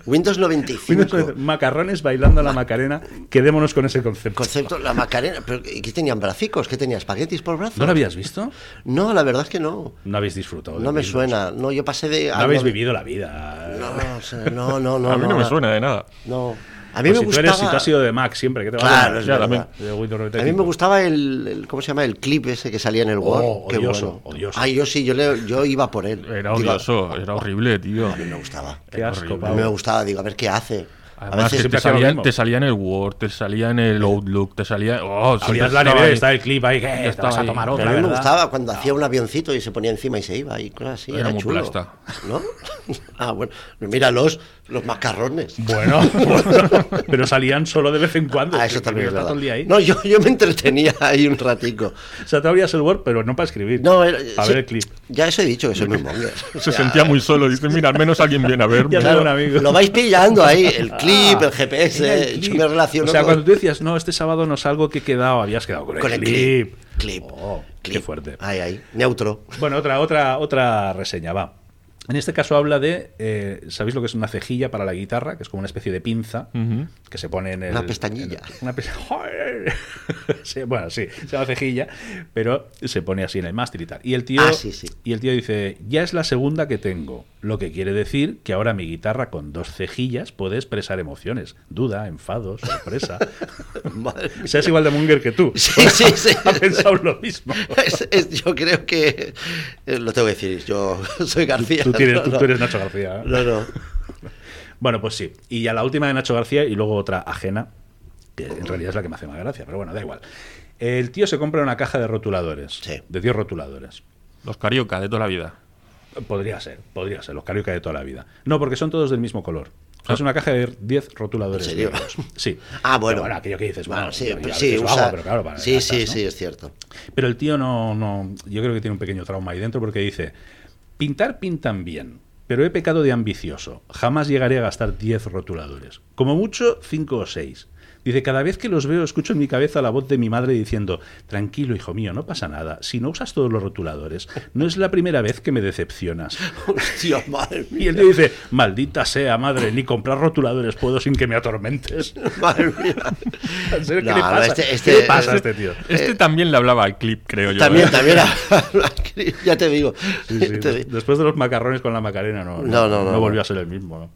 Windows Windows 95. 95, macarrones bailando la Macarena. Quedémonos con ese concepto. Concepto, la Macarena. ¿Pero ¿y ¿Qué tenían bracicos? ¿Qué tenía espaguetis por brazo? ¿No lo habías visto? No, la verdad es que no. No habéis disfrutado. de No me Windows. suena. Ah, No, yo pasé de. No algo habéis de- vivido la vida. No, o sea, no, no, [LAUGHS] no. a mí no, me la- suena de nada. No. A mí Pues me si, tú gustaba. eres, si tú has sido de Mac siempre, ¿qué te vas Claro, a es Ya, verdad. también, de Windows A mí 95. me gustaba el, el- ¿cómo se llama? El clip ese que salía en el Word. Oh, Qué odioso, bueno. odioso. Ah, yo sí, yo, le- yo iba por él. Era Digo, odioso, era horrible, tío. a mí me gustaba. Qué asco, A mí me Pablo. gustaba, digo, a ver qué hace. Además, a que veces siempre te, hacía lo salía, mismo. te salía en el Word, te salía en el Outlook, te salía. Oh, siempre Abrías la estaba nevera y ahí. está el clip ahí. que Te Estaba vas a ahí. tomar Pero pero otra, a mí me ¿verdad? gustaba cuando hacía un avioncito y se ponía encima y se iba y cosas así. Era Era, muy chulo. plasta. ¿No? [LAUGHS] Ah, bueno. Mira los, los macarrones. Bueno, [LAUGHS] pero salían solo de vez en cuando. Ah, es eso que también es está verdad. todo el día ahí. No, yo, yo me entretenía [LAUGHS] ahí un ratico. O sea, te abrías el Word, pero no para escribir. No, era- para sí, ver el clip. Ya eso he dicho que soy muy monger. Se sentía muy solo. Dice, mira, al menos alguien viene a verme. [LAUGHS] Ya tengo un [LAUGHS] amigo. Lo vais pillando ahí, el clip, el Era GPS. Ah, yo el clip. eh, me relaciono O sea, con- cuando tú decías, no, este sábado no salgo, que he quedado, habías quedado con, con el clip. Clip. Oh, clip. Qué fuerte. Ahí, ahí. [LAUGHS] Neutro. Bueno, otra, otra, otra reseña, va. En este caso habla de, eh, ¿sabéis lo que es una cejilla para la guitarra? Que es como una especie de pinza Ujú. que se pone en el- Una pestañilla. en el- una pesta- [LAUGHS] ¡Joder! Sí, bueno, sí, se llama cejilla, pero se pone así en el mástil y tal. Y el tío, Ah, sí, sí. Y el tío dice, ya es la segunda que tengo, lo que quiere decir que ahora mi guitarra con dos cejillas puede expresar emociones, duda, enfado, sorpresa. [LAUGHS] Madre mía. Seas igual de munger que tú. Sí, sí, sí. [LAUGHS] Ha pensado lo mismo. [LAUGHS] Es- es- yo creo que. eh, Lo tengo que decir, yo [LAUGHS] soy García. Tú, tienes- no, tú- no. tú eres Nacho García. ¿eh? No, no. Bueno, pues sí. Y ya la última de Nacho García y luego otra ajena, que en realidad es la que me hace más gracia, pero bueno, da igual. El tío se compra una caja de rotuladores, Sí. de 10 rotuladores. Los carioca de toda la vida. Podría ser, podría ser, los carioca de toda la vida. No, porque son todos del mismo color. O sea, Es una caja de 10 rotuladores. Ah. ¿En serio? negros. Sí. Ah, bueno. Pero aquello que dices, bueno, sí, pues yo- yo a sí, veces lo hago, usa- pero claro, para sí, gastas, sí, ¿no? sí, es [LAUGHS] cierto. Pero el tío no, no, yo creo que tiene un pequeño trauma ahí dentro porque dice, pintar pintan bien, Pero he pecado de ambicioso. Jamás llegaré a gastar 10 rotuladores. Como mucho, 5 o 6. Dice, cada vez que los veo escucho en mi cabeza la voz de mi madre diciendo, tranquilo hijo mío, no pasa nada, si no usas todos los rotuladores, no es la primera vez que [LAUGHS] me decepcionas. Hostia, madre Y mía. él le dice, maldita sea madre, ni comprar rotuladores puedo sin que me atormentes. [LAUGHS] Madre mía. ¿En serio? ¿Qué No, le pasa? este- ¿Qué este- le pasa a este tío? Este también le hablaba al clip, creo yo. También, ¿eh? también. [LAUGHS] ya te digo. [LAUGHS] Sí, sí, pues, Te des- digo. después de los macarrones con la Macarena no, No, no, no, volvió no. a ser el mismo. ¿no?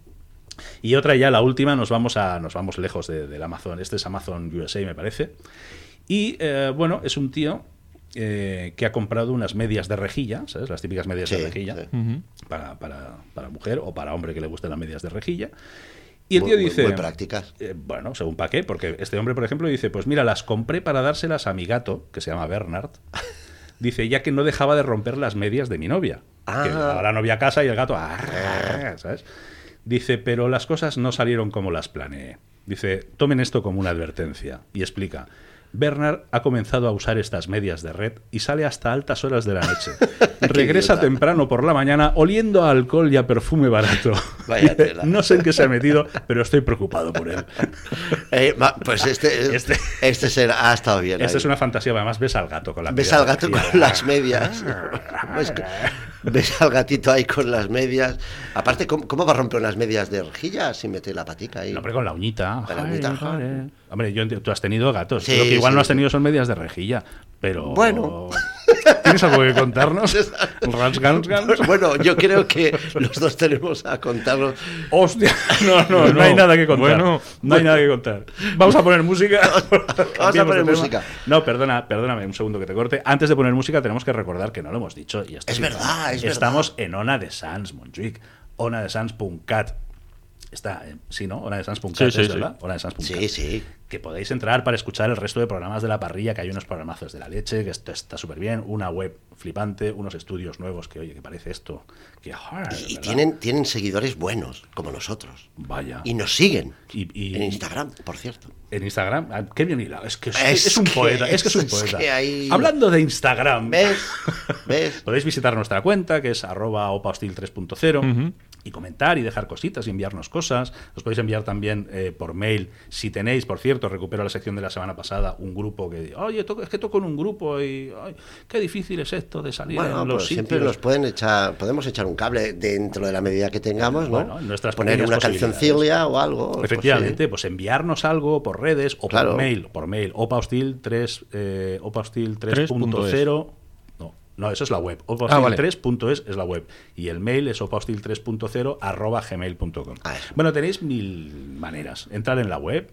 Y otra ya, la última, nos vamos, a, nos vamos lejos de- del Amazon. Este es Amazon USA, me parece. Y eh, bueno, es un tío eh, que ha comprado unas medias de rejilla, ¿sabes? Las típicas medias Sí, de rejilla. sí. Ujú. Para, para- para mujer o para hombre que le gusten las medias de rejilla. Y el Muy- tío muy- dice... muy prácticas. Eh, bueno, según para qué, porque este hombre, por ejemplo, dice, pues mira, las compré para dárselas a mi gato, que se [LAUGHS] llama Bernard. Dice, ya que no dejaba de romper las medias de mi novia. Ah. Que va la novia a casa y el gato, "Arr", ¿sabes? Dice, pero las cosas no salieron como las planeé. Dice, tomen esto como una advertencia. Y explica, Bernard ha comenzado a usar estas medias de red y sale hasta altas horas de la [LAUGHS] noche. Regresa idiota. temprano por la mañana oliendo a alcohol y a [LAUGHS] perfume barato. Vaya Dice, tela. no sé en qué se ha metido, pero estoy preocupado por [LAUGHS] él. Eh, ma- pues este, este, [LAUGHS] Este- será, ha estado bien. Esta ahí. es una fantasía, además ves al gato con la ah, Ves media al gato vestida. con las medias. Ah. Ves- Ves al gatito ahí con las medias. Aparte, ¿cómo, cómo va a romper unas medias de rejilla sin meter la patica ahí? [LAUGHS] El hombre con la uñita. Con la Ay, uñita, joder. Hombre, yo enti- tú has tenido gatos. Sí, Lo que igual sí, no has sí. tenido son medias de rejilla. Pero. Bueno. ¿Tienes algo que contarnos? [LAUGHS] Rans, gans, gans. Pues Bueno, yo creo que los dos tenemos a contarnos. Hostia, [LAUGHS] no, no, no, Bueno, hay nada que contar. bueno. no hay nada que contar. Vamos a poner música. [LAUGHS] [LAUGHS] Vamos a poner Cambiamos de tema. música. No, perdona, perdóname un segundo que te corte. Antes de poner música tenemos que recordar que no lo hemos dicho y esto Es sí, verdad, es Estamos en Ona de Sans, Montjuic. Ona de Sans.cat. Está, eh, sí, ¿no? Ona de Sans.cat, Sí, sí, es sí. verdad. Ona de Sans.cat Sí, sí. que podéis entrar para escuchar el resto de programas de la parrilla, que hay unos programazos de la leche, que esto está súper bien, una web flipante, unos estudios nuevos, que oye, que parece esto, que hard, Y ¿verdad? tienen, tienen seguidores buenos, como nosotros. Vaya. Y nos siguen. Y- y- En Instagram, por cierto. En Instagram, ah, qué bien hilado, es que es, Es es un que- poeta, es que es un es poeta. que ahí- Hablando de Instagram, ¿Ves? ¿Ves? Podéis visitar nuestra cuenta, que es arroba opahostil 3.0, y comentar y dejar cositas y enviarnos cosas. Os podéis enviar también eh, por mail, si tenéis, por cierto, recupero la sección de la semana pasada, un grupo que, oye, toco- es que toco en un grupo y, ay, qué difícil es esto de salir Bueno, en pues los siempre sitios". nos pueden echar, podemos echar un cable dentro de la medida que tengamos, ¿no? Bueno, en nuestras Poner pequeñas una posibilidades. cancioncilla o algo. pues Efectivamente, sí. pues, enviarnos algo por redes o Claro. por mail, por mail, opahostil 3, eh, opahostil 3.0. 3.0. No, no, eso es la web. Ah, vale. Opahostil3.es es la web. Y el mail es opahostil3.0 arroba gmail.com. Ah, eso. Bueno, tenéis mil maneras. Entrar en la web,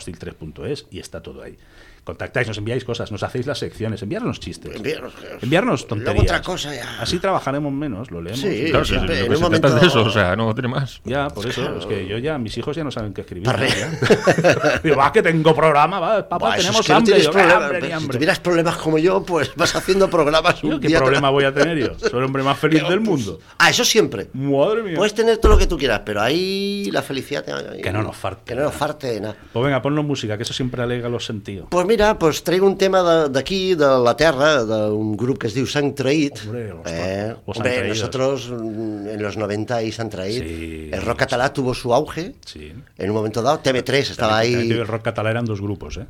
opahostil3.es y está todo ahí. Contactáis, nos enviáis cosas, nos hacéis las secciones, enviarnos chistes. Enviarnos- eh, enviarnos Luego tonterías. otra cosa ya. Así trabajaremos menos, lo leemos. Sí. Claro, sí, sí, siempre, lo en un que se trata es de momento- eso, o sea, no tiene más. Ya, por eso, es que yo ya, mis hijos ya no saben qué escribir. Parre. ya. [LAUGHS] Digo, va, que tengo programa, va, papá, Buah, eso tenemos es que no hambre. tienes Yo, "Ah, problema. hambre, ni Pero si hambre". tuvieras problemas como yo, pues [LAUGHS] vas haciendo programas Yo, un ¿Qué día problema tras- voy a tener yo? Soy el hombre más feliz del mundo. Ah, eso siempre. Madre mía. Puedes tener todo lo que tú quieras, pero ahí la felicidad te- Que no nos falte Que no nos nada. falte nada. Pues venga, ponnos música, que eso siempre alega los sentidos. Pues mira, pues traigo un tema de- d'aquí, de, la terra, d'un grup que es diu Sant Traït. Hombre, los- eh? los Hombre, Sant Traïdos. nosotros mm, en los 90 ahí Sant Traït. Sí. El rock català tuvo su auge. Sí. En un momento dado, TV3 estaba También- ahí. también El rock catalán eran dos grupos, ¿eh?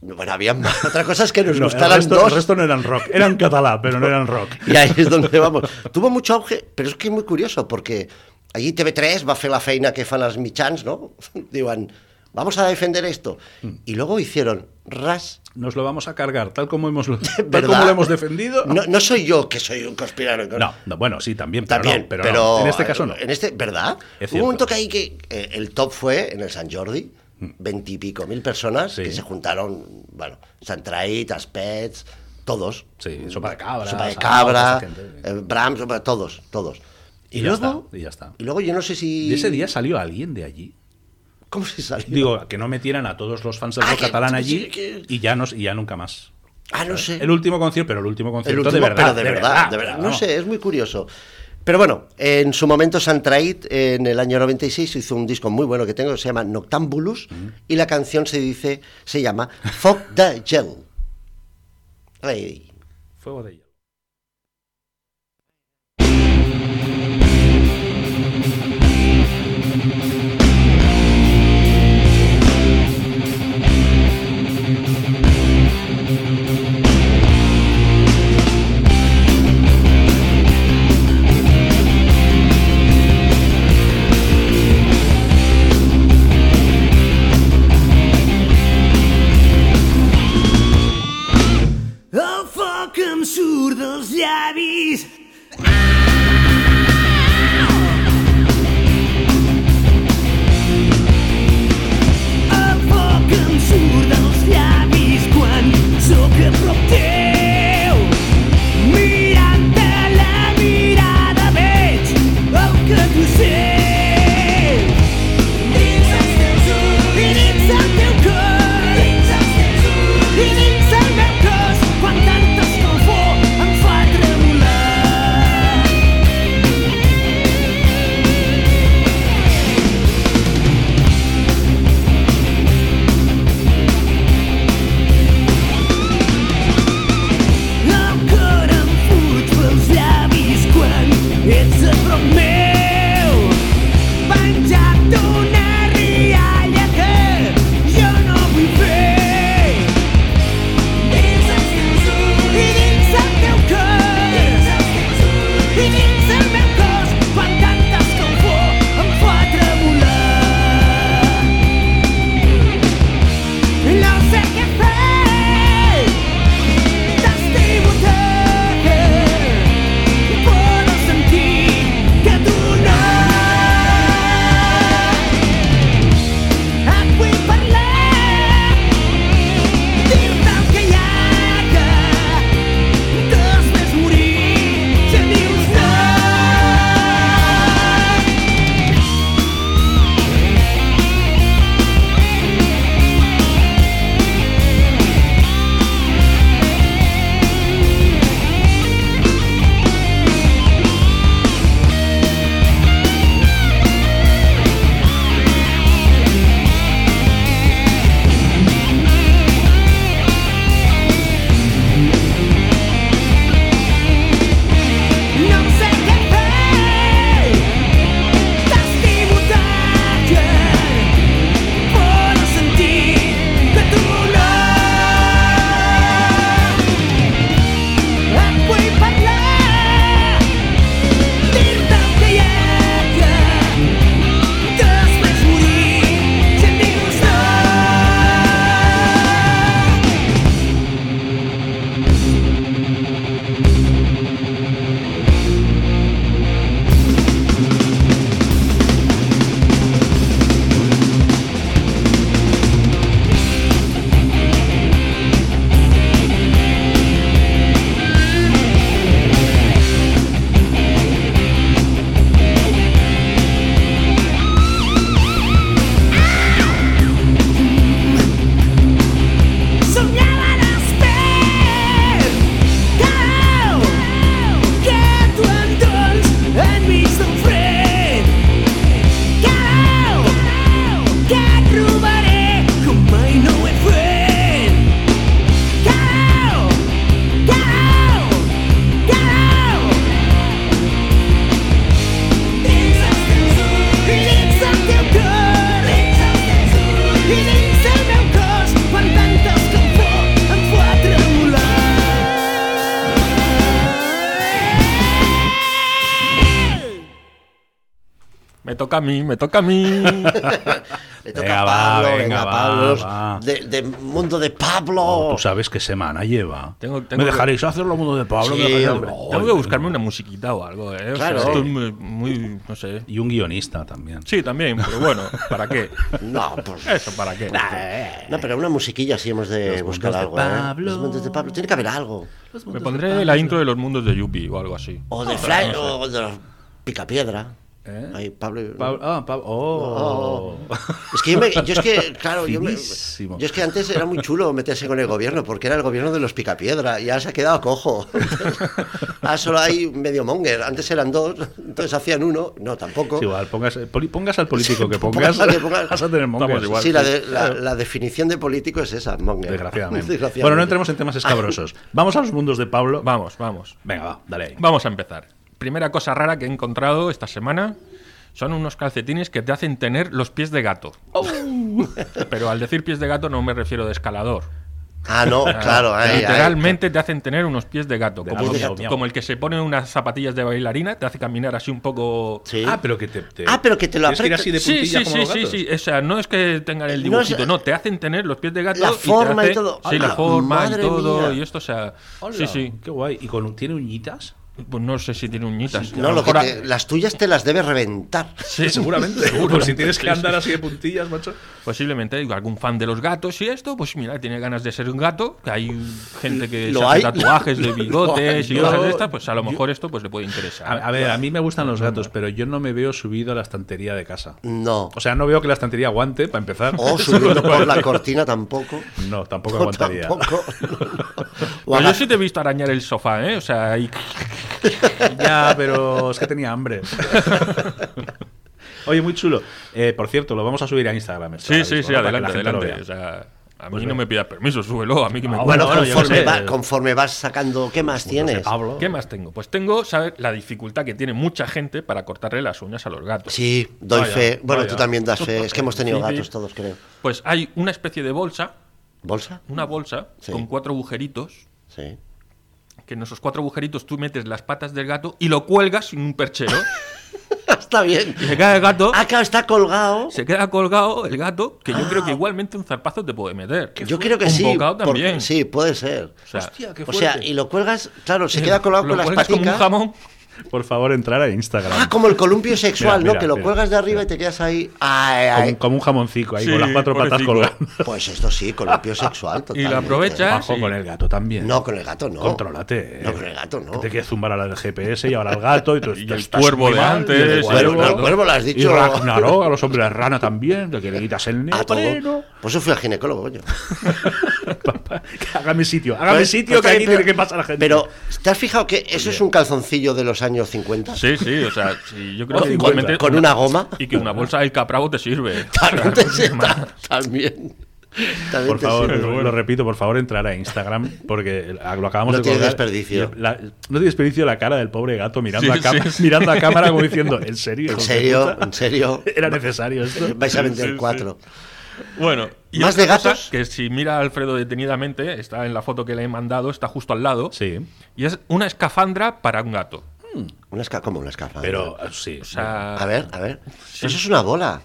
Bueno, había más. Otra cosa es que nos No, el, gustaran resto, dos. el resto no eran rock, eran catalá, pero no eran rock. Y ahí es donde vamos. Tuvo mucho auge, pero es que es muy curioso, porque allí TV3 va fer la feina que fan els mitjans, no? [LAUGHS] Diuen, vamos a defender esto. Mm. Y luego hicieron ras. Nos lo vamos a cargar, tal como, [LAUGHS] hemos, tal ¿verdad? como lo hemos defendido. No, no soy yo que soy un conspiranoico. No, no, bueno, sí, también, pero, También, no, pero, pero, no. en este caso no. En este, ¿verdad? Es Hubo un momento cierto. que ahí que eh, el top fue en el San Jordi, veintipico mil personas Mm. Sí. que se juntaron, bueno, Santraí, Taspets, todos. Sí, Sopa de Cabra, Sopa de Sarao, Cabra, toda esa gente. eh, Brahms, sopa- todos, todos. Y, Y ya luego, está, y ya está. y luego yo no sé si... Y ese día salió alguien de allí. ¿Cómo se salió? Digo, que no metieran a todos los fans del Ah, rock que- catalán sí, allí que- y ya no, y ya nunca más. ah, no sé. eh, El último concierto, pero el último concierto el último, de verdad. pero de, verdad, de verdad. No vamos. sé, es muy curioso. Pero bueno, en su momento Santraid en el año 96 hizo un disco muy bueno que tengo que se llama Noctambulus Mm. y la canción se dice se llama Fuck the Gel. Ay, Fuego de hielo. Fuck con zurdos llavis. Aboca em surt dels llavis quan sóc a prop teu. Mirant-te la mirada veig el que tu sents. Dins els teus ulls i dins el teu cor. Dins els teus ulls i dins el meu cos. Quan tanta escalfor em fa tremolar. El cor em fuig pels llavis quan ets a prop meu. Penjat d'una rialla que jo no vull fer. Dins els teus ulls i dins el teu cor. Dins els teus ulls i dins el meu cos. Quan tanta escalfor em fa tremolar. No sé què fer. T'estimo tant Puedo sentir que tu no Et vull parlar Dir-te el que hi ha que Després morir ja dius no No sé què fer T'estimo tant que Pots sentir que tu no Et vull parlar Dir-te el que hi ha que Després morir si em dius no Soñaba l'esper Cau Que tu em dones enmig del fred Cau Que et robaré com mai no ho he fet Cau Cau Cau Dins els teus ulls i dins el teu cor. Dins els teus ulls i dins el meu cos. Quan tanta escalfor em fa tremolar. Me toca a mí, me toca [LAUGHS] a mí. Le toca Venga, a va, Pablo, venga, venga, va, Pablo. va. De, de mundo de Oh, Pablo. Tú sabes qué semana lleva. Tengo- ¿Me tengo dejaréis hacerlo, mundo de Pablo? Sí, ¿Me dejaréis- hombre. Ay, Tengo que buscarme una musiquita o algo, ¿eh? O sea, Claro. esto es muy, muy- no sé. Y un guionista también. Sí, también, pero bueno, [LAUGHS] ¿para qué? no, pues. eh. Eso, ¿para qué? No, pero una musiquilla sí hemos de buscar mundos algo. de ¿eh? Pablo. Los mundos de Pablo. Tiene que haber algo. Pues Me pondré la intro de los mundos de Yuppie o algo así. O de Fly, o de los Picapiedra. Ahí, Pablo. ¿Eh? Pablo- ah, Pablo- oh. Es que yo, me- yo es [LAUGHS] que, claro, yo, me- Finísimo. yo es que antes era muy chulo meterse con el gobierno, porque era el gobierno de los picapiedra, y ahora se ha quedado [LAUGHS] cojo. ahora solo hay medio monger, antes eran dos, entonces hacían uno, no, tampoco. [LAUGHS] Es igual, pongas, eh, poli- pongas al político que pongas, Pongas al que pongas. [LAUGHS] vas a tener mongers. Estamos igual. sí, la, de- la- la definición de político es esa, monger. [LAUGHS] Desgraciadamente. Desgraciadamente. Bueno, no entremos en [LAUGHS] temas escabrosos. Vamos a los mundos de Pablo. Vamos, vamos. Venga, va, dale ahí. Vamos a empezar. Primera cosa rara que he encontrado esta semana son unos calcetines que te hacen Oh. tener los pies de gato. Pero al decir pies de gato no me refiero de escalador. Ah, no, claro. ahí, ahí. Literalmente te hacen tener unos pies de gato. De como, gato, el- miau, miau. como el que se pone unas zapatillas de bailarina, te hace caminar así un poco. Sí. Ah, pero que te, te- Ah, pero que te lo tienes que ir aprieta- así de Sí, puntillas sí, como sí, los sí, gatos. sí. O sea, no es que tengan el No es- dibujito, no, te hacen tener los pies de gato. La y te forma y hace- todo. Sí, la ¡Hala! forma y Madre todo. mía. Y esto, o sea. Hola, Sí, sí. Qué guay. ¿Y con, tiene uñitas? Pues no sé si tiene uñitas. No, A lo que mejor a- te- las tuyas te las debes reventar. [LAUGHS] Sí, Pues [LAUGHS] Seguramente, seguro. si tienes que andar así de puntillas, macho. Posiblemente digo, algún fan de los gatos y esto, pues mira, tiene ganas de ser un gato, que hay gente que Lo se hace hay. tatuajes de [LAUGHS] Lo bigotes hay. y cosas Yo- de estas, pues a lo mejor esto pues le puede interesar. A, a ver, a mí me gustan los gatos, pero yo no me veo subido a la estantería de casa. [LAUGHS] No. O sea, no veo que la estantería aguante, para empezar. O subiendo por la cortina tampoco. No, tampoco No, Pues aguantaría. [LAUGHS] tampoco. O Pues yo haga- sí te he visto arañar el sofá, ¿eh? O sea, ahí- [LAUGHS] Ya, pero es que tenía hambre. [LAUGHS] Oye, muy chulo. Eh, por cierto, lo vamos a subir a Instagram. esto sí, ahora sí, mismo, sí, ¿no? Para que adelante, la gente lo adelante. O vea. sea, Pues a mí no me pidas permiso, súbelo, a mí que me Ah, Bueno, Bueno, yo conforme, qué sé. va- conforme vas sacando, ¿qué más tienes? Pablo. ¿Qué más tengo? Pues tengo, ¿sabes? La dificultad que tiene mucha gente para cortarle las uñas a los gatos. Sí, doy Vaya, fe. Bueno, vaya. tú también das fe. Es que hemos tenido Sí, sí. gatos todos, creo. Pues hay una especie de bolsa, ¿Bolsa? una bolsa Sí. con cuatro agujeritos Sí. [LAUGHS] que en esos cuatro agujeritos tú metes las patas del gato y lo cuelgas en un perchero. [LAUGHS] Está bien. y se queda el gato, Acá está colgado. se queda colgado el gato, que yo creo que igualmente un zarpazo te puede meter. Yo creo Ah. que un sí. bocado por- también. sí, puede ser. O sea, Hostia, qué O sea, fuerte. y lo cuelgas, claro, [LAUGHS] se queda colgado lo con las cuelgas como un paticas. jamón. Por favor, entrar a Instagram. Ah, como el columpio sexual, Mira, ¿no? mira, Que lo mira, cuelgas de arriba mira. y te quedas ahí. Ay, como, ay. un- como un jamoncito ahí, Sí, con las cuatro patas pobrecito. colgando. [LAUGHS] Pues esto sí, columpio sexual, total. Y lo aprovechas. Bajo sí. con el gato también. No, con el gato no. Contrólate. eh. No, con el gato no. Que te quieres zumbar ahora el GPS y ahora el gato y, tú [LAUGHS] Y estás el cuervo muy de mal, antes, y y el el cuervo, cuervo, el cuervo lo has Y dicho. Ragnarok, a los hombres rana también, de que le quitas el A todo. neopreno. Por eso fui al ginecólogo, coño. [LAUGHS] Papá, que hágame sitio, hágame Pues- sitio que pues aquí ahí, pero- tiene que pasar la gente. Pero, ¿te has fijado que eso es un calzoncillo de los años 50? Sí, sí, o sea, sí, yo creo Con cincuenta. que igualmente. Oh, ¿Con una [LAUGHS] goma? [LAUGHS] Y que una bolsa del capravo te sirve. También. O sea, te- ma- también. También por te favor, sirve. lo, lo repito, por favor, entrar a Instagram porque lo acabamos No de tiene colgar. desperdicio. Y la- no tiene desperdicio la cara del pobre gato mirando, Sí, a, cam- sí, sí. mirando a cámara como diciendo, ¿en serio? En hijos de serio, puta? [LAUGHS] en serio. Era necesario esto. Vais a Sí, vender sí. cuatro. Bueno, y ¿Más otra de cosa gatos? Que si mira a Alfredo detenidamente, está en la foto que le he mandado, está justo al lado. Sí, Y es una escafandra para un gato. Una esca como una escafandra. pero ah, sí. O sea, A ver, a ver. Eso es una bola.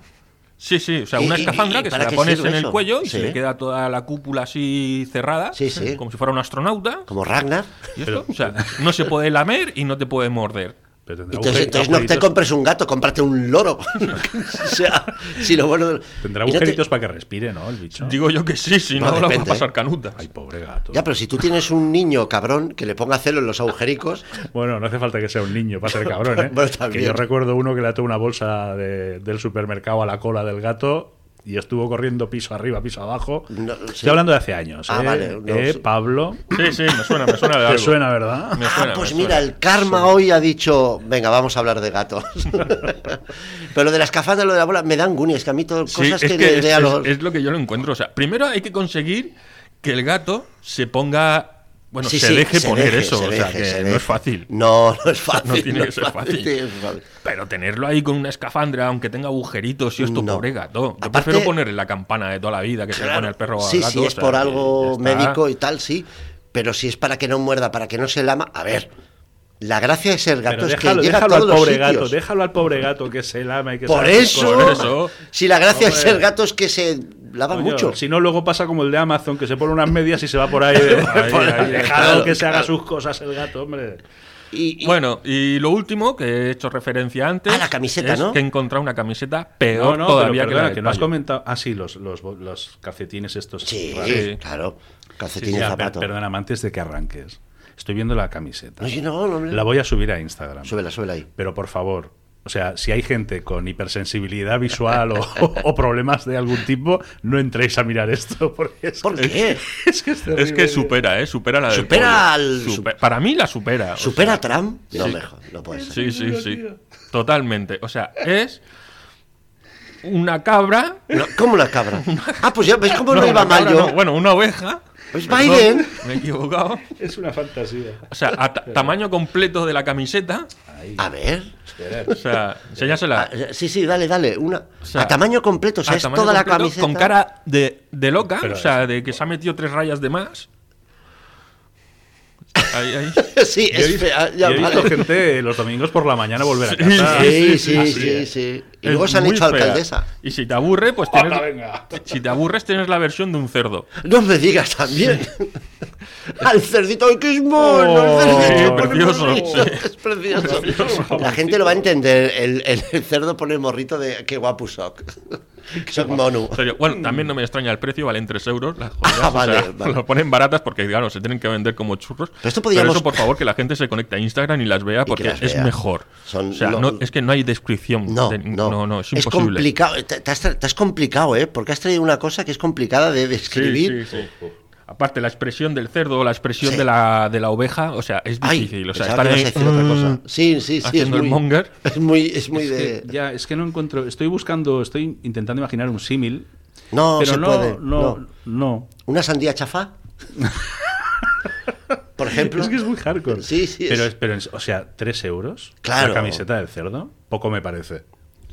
Sí, sí, o sea, ¿Y- una y- escafandra y que se para la qué pones sirve en el eso? cuello y Sí. se le queda toda la cúpula así cerrada, Sí, sí. como si fuera un astronauta. Como Ragnar. ¿Y esto? O sea, no se puede lamer y no te puede morder. pero tendrá Entonces, agujeri- entonces no te agujeritos- compres un gato, cómprate un [LAUGHS] loro. [LAUGHS] o sea, si lo bueno. de- Tendrá y no te- agujeritos para que respire, ¿no? El bicho. Digo yo que sí, si no, No, lo va a depende, pasar ¿eh? canuta. Ay, pobre gato. Ya, pero si tú tienes un niño cabrón que le ponga celo en los agujericos, Bueno, no hace falta que sea un niño para ser cabrón, ¿eh? [LAUGHS] Bueno, también. que yo recuerdo uno que le ató una bolsa de- del supermercado a la cola del gato y estuvo corriendo piso arriba, piso abajo. No, sí. Estoy hablando de hace años, Ah, ¿eh? vale, no, ¿Eh, sí. Pablo? [LAUGHS] Sí, sí, me suena, me suena de Te algo. suena, ¿verdad? Me Ah, suena, pues me mira, suena. el karma hoy ha dicho, venga, vamos a hablar de gatos. [LAUGHS] Pero lo de la escafandra, lo de la bola, me dan gunias, que a mí todo, Sí, cosas es que, que le es, dé a es- los... es lo que yo lo encuentro. O sea, primero hay que conseguir que el gato se ponga. Bueno, Sí, se sí, deje poner deje, eso. se o sea, deje, que se no deje. es fácil. No, no es fácil. [LAUGHS] No tiene que es ser fácil. es fácil. Pero tenerlo ahí con una escafandra, aunque tenga agujeritos y esto, No. pobre gato. Yo Aparte- prefiero ponerle la campana de toda la vida que se le pone al perro o al sí, gato, sí, o es sea, por que algo ya está. médico y tal, sí. Pero si es para que no muerda, para que no se lama, a ver. La gracia de ser gato Pero es déjalo, que llega a déjalo todos al los pobre sitios. gato, déjalo al pobre gato que se lama y que por, sabe sus eso, cosas. eso. si la gracia de ser Hombre. gato es que se lava Coño, mucho. Si no, luego pasa como el de Amazon, que se pone unas medias y se va [LAUGHS] por ahí. de- Ay, Por ay, ahí, dejado claro, que se haga claro. sus cosas el gato, hombre. Y, y- Bueno, y lo último que he hecho referencia antes. Ah, la camiseta, es ¿no? Que he encontrado una camiseta peor todavía pero que la perdona, del que no has payo. comentado. Ah, sí, los, los, los calcetines estos. sí, raros. Sí. claro. Calcetín Sí, y ya, per- zapato. perdóname, antes de que arranques. Estoy viendo la camiseta. No, sí, no, no, no. La voy a subir a Instagram. Súbela, súbela ahí. Pero por favor, o sea, si hay gente con hipersensibilidad visual o, [LAUGHS] o problemas de algún tipo, no entréis a mirar esto. Porque es, ¿Por qué? Es que, es Es terrible. que supera, ¿eh? Supera la del Supera pollo. al- Supe- Para mí la supera. o ¿Supera sea, a Trump? No, sí. mejor, no puede ser. Sí, sí, sí. Totalmente. O sea, es una cabra. No, ¿Cómo la cabra? Ah, pues ya ves cómo no, No, iba una mal cabra yo. no, bueno, una oveja. Pues Perdón, Biden. Me he equivocado. Es una fantasía. O sea, a ta- tamaño completo de la camiseta. Ahí. A ver. Esperad. O sea, enséñasela. Ah, sí, sí, dale, dale. Una. sea, a tamaño completo, o sea, A es tamaño toda la completo, camiseta. Con cara de, de loca, Pero o sea, de que se ha metido tres rayas de más. Ahí, ahí. [LAUGHS] sí, Yo he es visto, fea, ya yo he visto vale. gente los domingos por la mañana volver a Ah, Sí, casa. Sí, sí, sí, así sí, es. sí. Y Es luego se han muy hecho fea. alcaldesa. Y si te aburre, pues tienes. Anda, venga. Si te aburres, tienes la versión de un cerdo. No me digas también. [LAUGHS] Al cerdito, ¡ay, que es mono! Oh, el cerdito sí, pone precioso, morrito, sí. Es precioso. La gente lo va a entender. El, el- el cerdo pone morrito de qué guapo [LAUGHS] soc. Soc mono. En serio, Bueno, también no me extraña el precio, valen 3 euros. Las joyas, Ah, o sea, [LAUGHS] vale, vale. Lo ponen baratas porque, claro, se tienen que vender como churros. Pero esto podíamos- eso, por favor, que la gente se conecte a Instagram y las vea porque las es vea. mejor. Son o sea, lo- no- es que no hay descripción. No, de- no, no, no, es imposible. complicado. Te, te has, tra- te has complicado, ¿eh? Porque has traído una cosa que es complicada de Sí, describir. sí, sí. Aparte, la expresión del cerdo o la expresión Sí. de, la, de la oveja, o sea, es Ay, difícil. o sea, pensaba estar que ibas a ahí, decir otra "Mm". cosa. Sí, sí, sí. Es haciendo el muy, monger. es muy, es muy Es de. que, ya, es que no encuentro. Estoy buscando, estoy intentando imaginar un símil. No, pero se no, puede. no, no. no. ¿Una sandía chafa? Por ejemplo. [LAUGHS] Es que es muy hardcore. Sí, sí, Pero, es- es- pero es- o sea, 3 euros. Claro. La camiseta del cerdo. Poco me parece.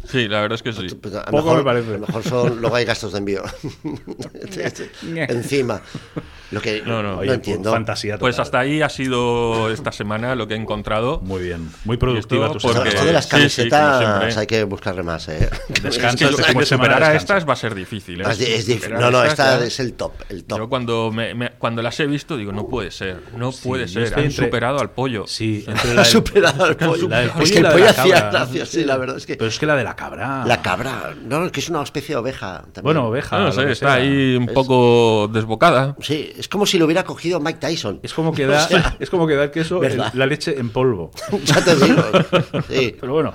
Sí, la verdad es que sí. Pues a lo Poco mejor- me parece. A lo mejor son, luego hay gastos de [LAUGHS] envío. [LAUGHS] Encima. Lo que no, No, no, Oye, entiendo. Fantasía total. Pues hasta ahí ha sido esta semana lo que he encontrado. Muy bien. Muy productiva Y tu esto Pero semana. esto de las Sí, sí, como camisetas siempre. hay que buscarle más, [LAUGHS] ¿eh? Es que Descansas, lo- este fin de semana superar a descansas. estas va a ser difícil. ¿eh? Es di- es difícil. Superar No, no, a esta ya- es el top. El Yo top. cuando, me- me- cuando las he visto digo, no puede ser, no Sí, puede yo ser, estoy han entre- superado al pollo. Sí, [LAUGHS] entre la Ha del- superado [LAUGHS] al la del pollo. pollo Es y que el la de pollo la hacía cabra. gracia, sí, la verdad es que. Pero es que la de la cabra. La cabra. No, que es una especie de oveja. También. Bueno, oveja. Ah, No lo lo sé, que está sea. ahí un Es- poco desbocada. Sí, es como si lo hubiera cogido Mike Tyson. Es como que da, O sea, es como que da el queso, el- ¿Verdad? la leche en polvo. [LAUGHS] ya te [LAUGHS] digo. Sí. Pero bueno.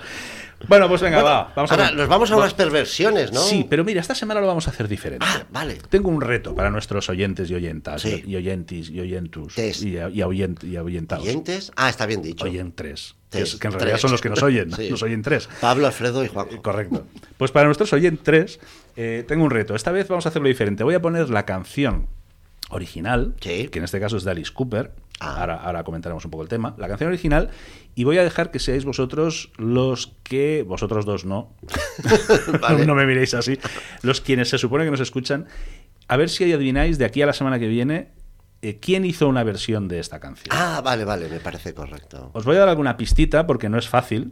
Bueno, pues venga, va. Vamos Ahora, a nos vamos a unas perversiones, ¿no? Sí, pero mira, esta semana lo vamos a hacer diferente. Ah, vale. Tengo un reto para nuestros oyentes y oyentas. Sí. Y oyentis y oyentus. Test. Y, y, ahuyent- y ahuyentados. ¿Oyentes? Ah, está bien dicho. Oyen tres. Que, Tres, es- que en realidad tres. son los que nos oyen. [LAUGHS] Sí. Nos oyen tres. Pablo, Alfredo y Juanjo. Correcto. Pues para nuestros oyentes, eh, tengo un reto. Esta vez vamos a hacerlo diferente. Voy a poner la canción original, Sí. que en este caso es de Alice Cooper. Ah. Ahora, ahora comentaremos un poco el tema. La canción original. Y voy a dejar que seáis vosotros los que. Vosotros dos no. Vale. [LAUGHS] no me miréis así. Los quienes se supone que nos escuchan. A ver si adivináis de aquí a la semana que viene eh, quién hizo una versión de esta canción. Ah, vale, vale, me parece correcto. Os voy a dar alguna pistita porque no es fácil.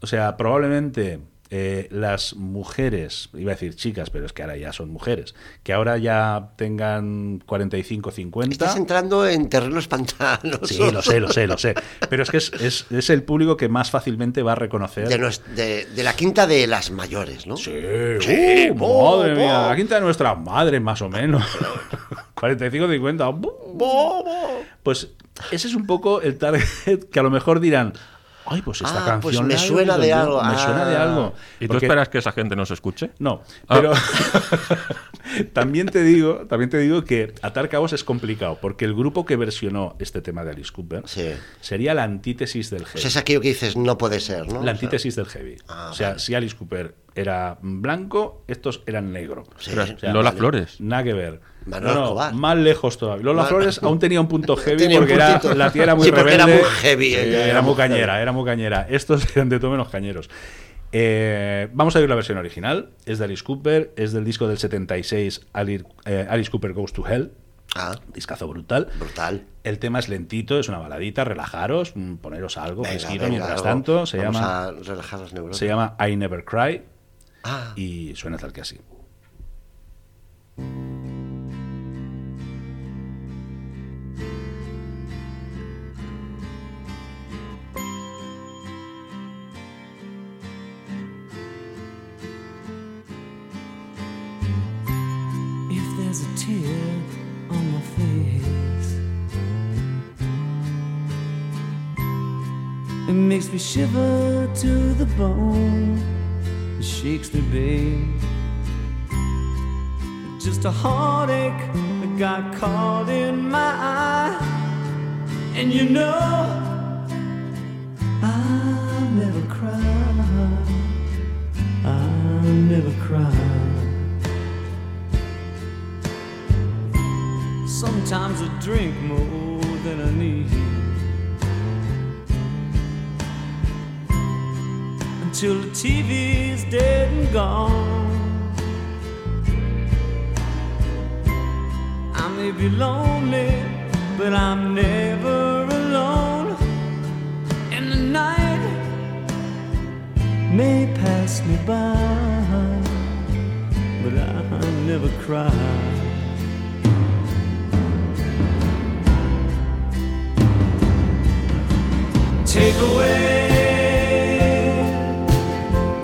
O sea, probablemente eh, las mujeres, iba a decir chicas, pero es que ahora ya son mujeres, que ahora ya tengan 45, 50. Estás entrando en terreno espantanoso. Sí, lo sé, lo sé, [LAUGHS] lo sé. Pero es que es, es- es el público que más fácilmente va a reconocer. De, nos- de- de la quinta de las mayores, ¿no? Sí, uh, madre mía, la quinta de nuestra madre, más o menos. [LAUGHS] 45, 50. bu- Pues ese es un poco el target que a lo mejor dirán. Ay, pues esta Ah, canción. pues me la he suena oído de yo, algo, Me suena de ah. algo. ¿Y tú Porque- esperas que esa gente nos escuche? No, Ah. pero [LAUGHS] también te digo, también te digo que atar cabos es complicado, porque el grupo que versionó este tema de Alice Cooper Sí. sería la antítesis del O heavy. sea, es aquello que dices, no puede ser, ¿no? la antítesis del heavy. Ah, o sea, vale. si Alice Cooper era blanco, estos eran negro. Sí. Ostras, O sea, Lola vale. Flores. Nada que ver. Manolo Escobar. más lejos todavía. Lola Ma- Flores aún tenía [LAUGHS] un punto heavy Tenía un porque era- puntito. la tía era muy Sí, porque rebelde. era muy heavy, eh, ella era, era muy muy heavy. cañera, era muy cañera. Estos eran de todo menos cañeros. Eh, vamos a ver la versión original. Es de Alice Cooper, es del disco del 76, Ali- eh, Alice Cooper Goes to Hell. Ah, Discazo brutal. brutal. El tema es lentito, es una baladita, relajaros, mm, poneros algo, Venga, fresquito venga, mientras algo. tanto. Se Vamos llama, a relajar las neuronas. se llama I Never Cry Ah, y suena tal que así. If there's a tear on my face, it makes me shiver to the bone. It shakes me, babe. Just a heartache that got caught in my eye. And you know, I never cry. I never cry. Sometimes I drink more than I need. till the TV's dead and gone. I may be lonely, but I'm never alone. And the night may pass me by, but I never cry. Take away,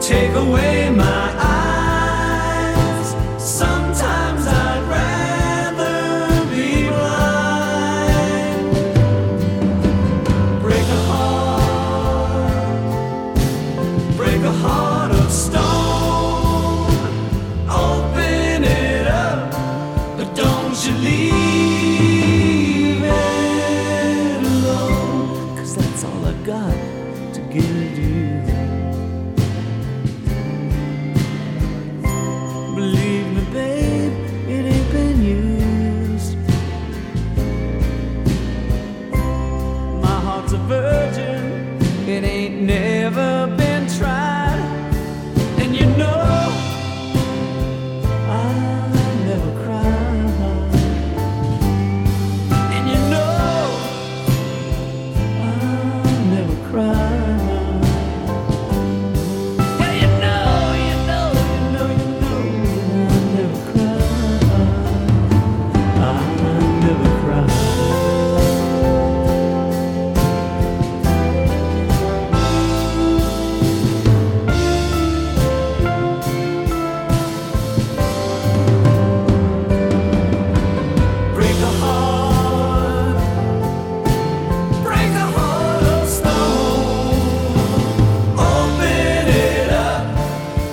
take away my eyes. Sometimes I'd rather be blind. Break a heart, break a heart of stone. Open it up, but don't you leave it alone. Cause that's all I got to give you. Believe me, babe, it ain't been used. My heart's a virgin, it ain't never been tried. And you know. I never cry, and you know I never cry. Hey, you know, you know, you know, you know I never cry. I never cry. Break a heart, break a heart of stone. Open it up,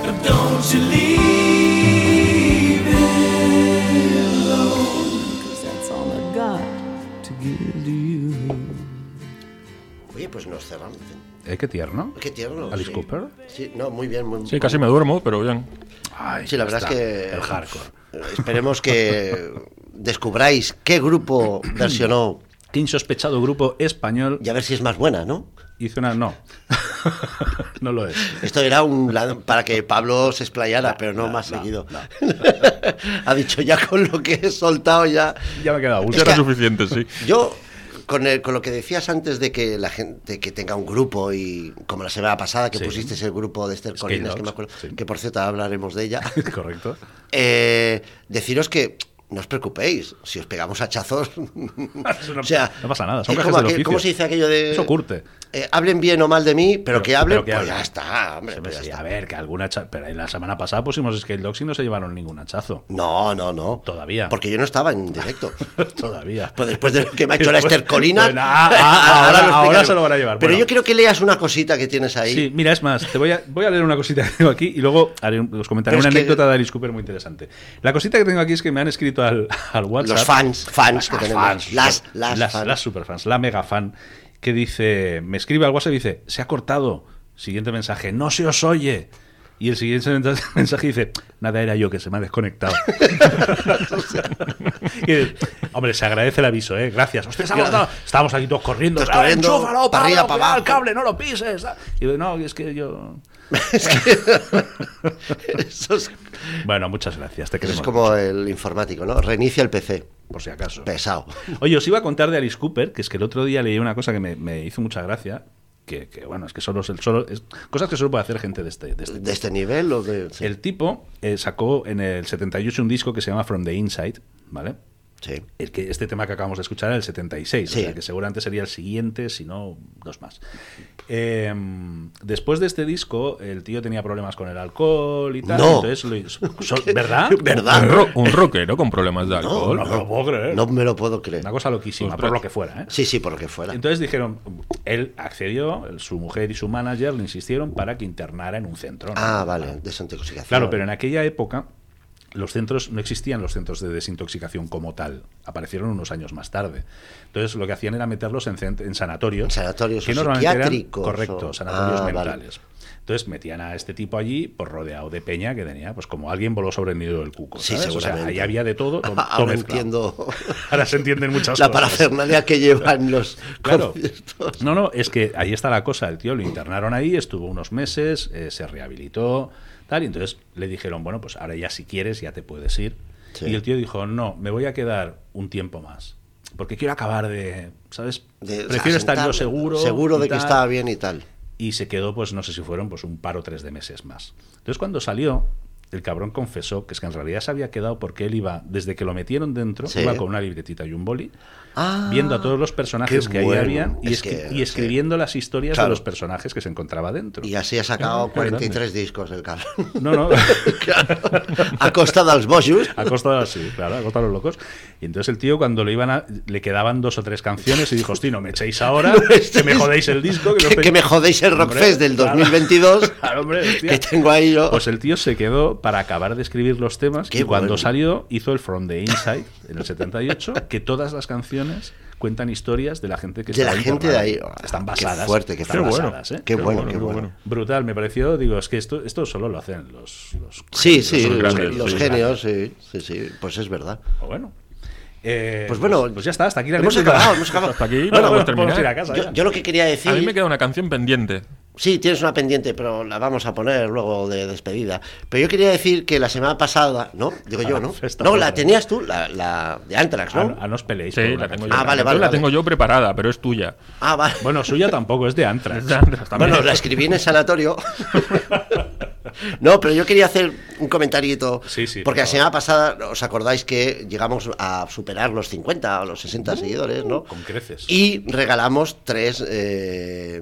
but don't you leave it alone. 'Cause that's all I got to give to you. Oye, pues nos cerramos. Eh, qué tierno. Qué tierno. Alice sí. Cooper. Sí, no, muy bien. Muy, Sí, casi me duermo, pero bien. Ay, Sí, la verdad ya es está. que- El hardcore. Esperemos [LAUGHS] que descubráis qué grupo versionó Qué insospechado grupo español y a ver si es más buena, ¿no? hizo una. No. [LAUGHS] no lo es. Esto era un la- para que Pablo se explayara, pero no, más no, seguido. no. [LAUGHS] ha dicho ya con lo que he soltado ya. Ya me he quedado a Es gusto. que- Era suficiente, sí. Yo con, el- con lo que decías antes de que la gente que tenga un grupo y como la semana pasada que Sí. pusiste el grupo de Esther Skate Colinas, que, me Dogs, acuerdo, sí. que por cierto hablaremos de ella. [LAUGHS] Correcto. Eh, deciros que no os preocupéis, si os pegamos [LAUGHS] hachazos. no- [LAUGHS] o sea, no pasa nada, son es gajes como del aquel- oficio. ¿Cómo se dice aquello de.? Eso curte. eh, hablen bien o mal de mí, pero, que hablen, pero que pues hablen. ya está, hombre. Sí, pues hombre, ya sí, está. a ver, que alguna. cha- Pero en la semana pasada pusimos Skate Dogs y no se llevaron ningún hachazo. No, no, no. Todavía. Porque yo no estaba en dirececto. [LAUGHS] Todavía. Pues después de lo que me ha hecho la Después- Esther Colina. Bueno, [LAUGHS] ah, ah, ahora- lo ahora explicaré. se lo van a llevar, Pero bueno. yo quiero que leas una cosita que tienes ahí. Sí, mira, es más, te voy a, voy a leer una cosita que tengo aquí y luego haré un- os comentaré Pero una es que- anécdota de Alice Cooper muy interesante. La cosita que tengo aquí es que me han escrito al, al WhatsApp. Los fans, fans Las que tenemos. Las, las, fans. las superfans, la mega fan, que dice, me escribe al WhatsApp y dice, se ha cortado. Siguiente mensaje, no se os oye. Y el siguiente [LAUGHS] men- mensaje dice, nada era yo que se me ha desconectado. [LAUGHS] Y dice, hombre, se agradece el aviso, ¿eh? gracias. Hostia, se ha cortado. Estábamos aquí todos corriendo, Todos "Ah, corriendo, enchúfalo, para arriba, para Pablo, cuidado, abajo". el cable, no lo pises. ah. Y yo, no, es que yo... Es que- [LAUGHS] eso es, Bueno, muchas gracias, te eso es queremos. como el informático, ¿no? Reinicia el PC. Por si acaso. Pesado. Oye, os iba a contar de Alice Cooper, que es que el otro día leí una cosa que me, me hizo mucha gracia, que, que, bueno, es que solo, es- solo es, cosas que solo puede hacer gente de este, de este ¿De este nivel o de.? sí. El tipo eh, sacó en el 78 un disco que se llama From the Inside, ¿vale? Sí. El que, este tema que acabamos de escuchar era el 76, Sí. o sea que seguramente sería el siguiente, si no, dos más. Eh, después de este disco, el tío tenía problemas con el alcohol y tal. No. Entonces lo [LAUGHS] hizo- so- ¿Verdad? ¿Verdad? Un, ro un rockero con problemas de No alcohol. me lo puedo creer. No me lo puedo creer. Una cosa loquísima, Ostras. por lo que fuera, ¿eh? Sí, sí, por lo que fuera. Entonces dijeron, él accedió, su mujer y su manager le insistieron para que internara en un centro. ¿no? Ah, vale, desintoxicación. Claro, pero en aquella época los centros no existían los centros de desintoxicación como tal, aparecieron unos años más tarde. Entonces lo que hacían era meterlos en, cent- en sanatorios, En sanatorios que o normalmente eran psiquiátricos o- correcto, sanatorios Ah, vale. mentales. Entonces metían a este tipo allí, pues rodeado de peña que tenía, pues como alguien voló sobre el nido del cuco. Sí, ¿sabes? O sea, seguramente. ahí había [LAUGHS] de todo. todo Ahora mezclado. entiendo [LAUGHS] Ahora se entienden muchas la cosas. parafernalia que llevan los [LAUGHS] [LAUGHS] Claro. conciertos. No, no, es que ahí está la cosa. El tío lo internaron ahí, estuvo unos meses, eh, se rehabilitó, tal. Y entonces le dijeron, bueno, pues ahora ya si quieres ya te puedes ir. Sí. Y el tío dijo, no, me voy a quedar un tiempo más. Porque quiero acabar de, ¿sabes? De- Prefiero estar yo asentarme, seguro. Seguro y de que tal". estaba bien y tal. Y se quedó, pues no sé si fueron, pues un par o tres de meses más. Entonces cuando salió, el cabrón confesó que es que en realidad se había quedado porque él iba, desde que lo metieron dentro, Sí. iba con una libretita y un boli Ah, viendo a todos los personajes qué que ahí bueno. había y, Es escri- que- y escribiendo las historias Claro. de los personajes que se encontraba dentro. Y así ha sacado Qué grande. 43 discos del cabrón. [LAUGHS] No, no. Claro. A costa dels bojos. [LAUGHS] A costa de sí, claro, a costa de los locos. Y entonces el tío, cuando le iban a- le quedaban dos o tres canciones, y dijo, hosti, no me [LAUGHS] echéis ahora, que me jodéis el disco. Que, no que pe- me jodéis el Hombre, Rockfest del claro. 2022. [LAUGHS] Claro, hombre, hostia. que tengo ahí yo. Pues el tío se quedó para acabar de escribir los temas Qué y cuando bueno. salió hizo el From the Inside en el 78, que todas las canciones cuentan historias de la gente que de la estaba gente de internada. ahí. Ah, Están Qué basadas. fuerte, que están está basadas, ¿eh? Qué, Pero bueno, bueno, qué pero bueno. bueno. Brutal, me pareció, digo, es que esto, esto solo lo hacen los... los Sí, sí, los los, grandes, los sí. genios, sí, sí, sí, pues es verdad. O bueno. Eh, Pues bueno, pues, ya está, hasta aquí la hemos anécdota. acabado, hemos [LAUGHS] acabado. Hasta aquí, Bueno, podemos bueno, terminar. podemos ir a casa. ¿eh? Yo, ya. yo lo que quería decir... A mí me queda una canción pendiente. Sí, tienes una pendiente, pero la vamos a poner luego de despedida. Pero yo quería decir que la semana pasada, ¿no? Digo yo, ¿no? Esta No, la otra. tenías tú, la, la de Anthrax, Ah, ¿no? no- ah, no os peleéis. por Sí, una la tengo canción. yo. Ah, vale, La vale, la vale. tengo yo preparada, pero es tuya. Ah, vale. Bueno, suya tampoco, es [LAUGHS] de Anthrax. Ah, Bueno, la escribí en el [LAUGHS] sanatorio. No, pero yo quería hacer un comentarito. Sí, sí, porque la por favor. semana pasada, ¿os acordáis que llegamos a superar los 50 o los 60 seguidores, ¿no? Uh, Con creces. Y regalamos tres eh,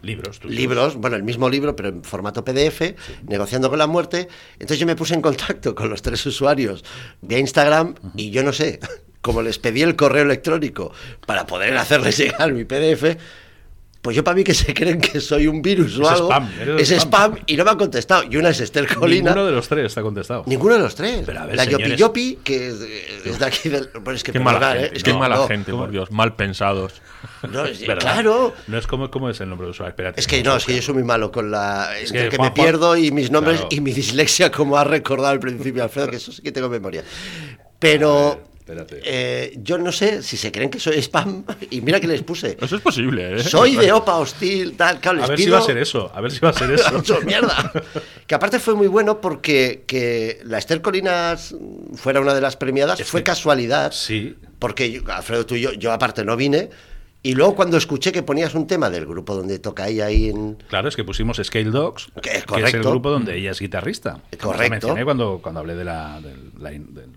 libros. tuyos. libros, bueno, el mismo libro, pero en formato PDF, Negociando con la Muerte. Entonces yo me puse en contacto con los tres usuarios vía Instagram y yo no sé, [LAUGHS] como les pedí el correo electrónico para poder hacerles llegar mi PDF. Pues yo para mí que se creen que soy un virus o Es algo. spam, eres es spam. spam y no me han contestado. Y una es Esther Colina. Ninguno de los tres está contestado. Ninguno de los tres. Pero a ver, la señores. Yopi Yopi, que es de, es de aquí del. Bueno, es que Qué perdonad, mala ¿eh? gente, Es qué que mala no, gente, por Dios. Mal pensados. no, es- ¿Verdad? claro. No es como cómo es el nombre de usuario. Espérate. Es que no, es que yo soy muy malo con la. Es que que, Juan- me pierdo y mis nombres Claro. y mi dislexia, como ha recordado al principio Alfredo, que eso sí que tengo memoria. Pero. espérate. eh, yo no sé si se creen que soy spam y mira que les puse. [LAUGHS] Eso es posible, ¿eh? Soy de Opa Hostil, tal, claro, les A ver pido. si va a [LAUGHS] ser eso. A ver si va a ser eso. Mucho mierda. Que aparte fue muy bueno porque que la Esther Colinas fuera una de las premiadas Es fue que- casualidad. Sí. Porque yo- Alfredo, tú y yo, yo aparte no vine. Y luego cuando escuché que ponías un tema del grupo donde toca ella ahí en. Claro, es que pusimos Scale Dogs, Que es es el correcto. grupo donde ella es guitarrista. Correcto. La mencioné cuando, cuando hablé de la, del- la in- del-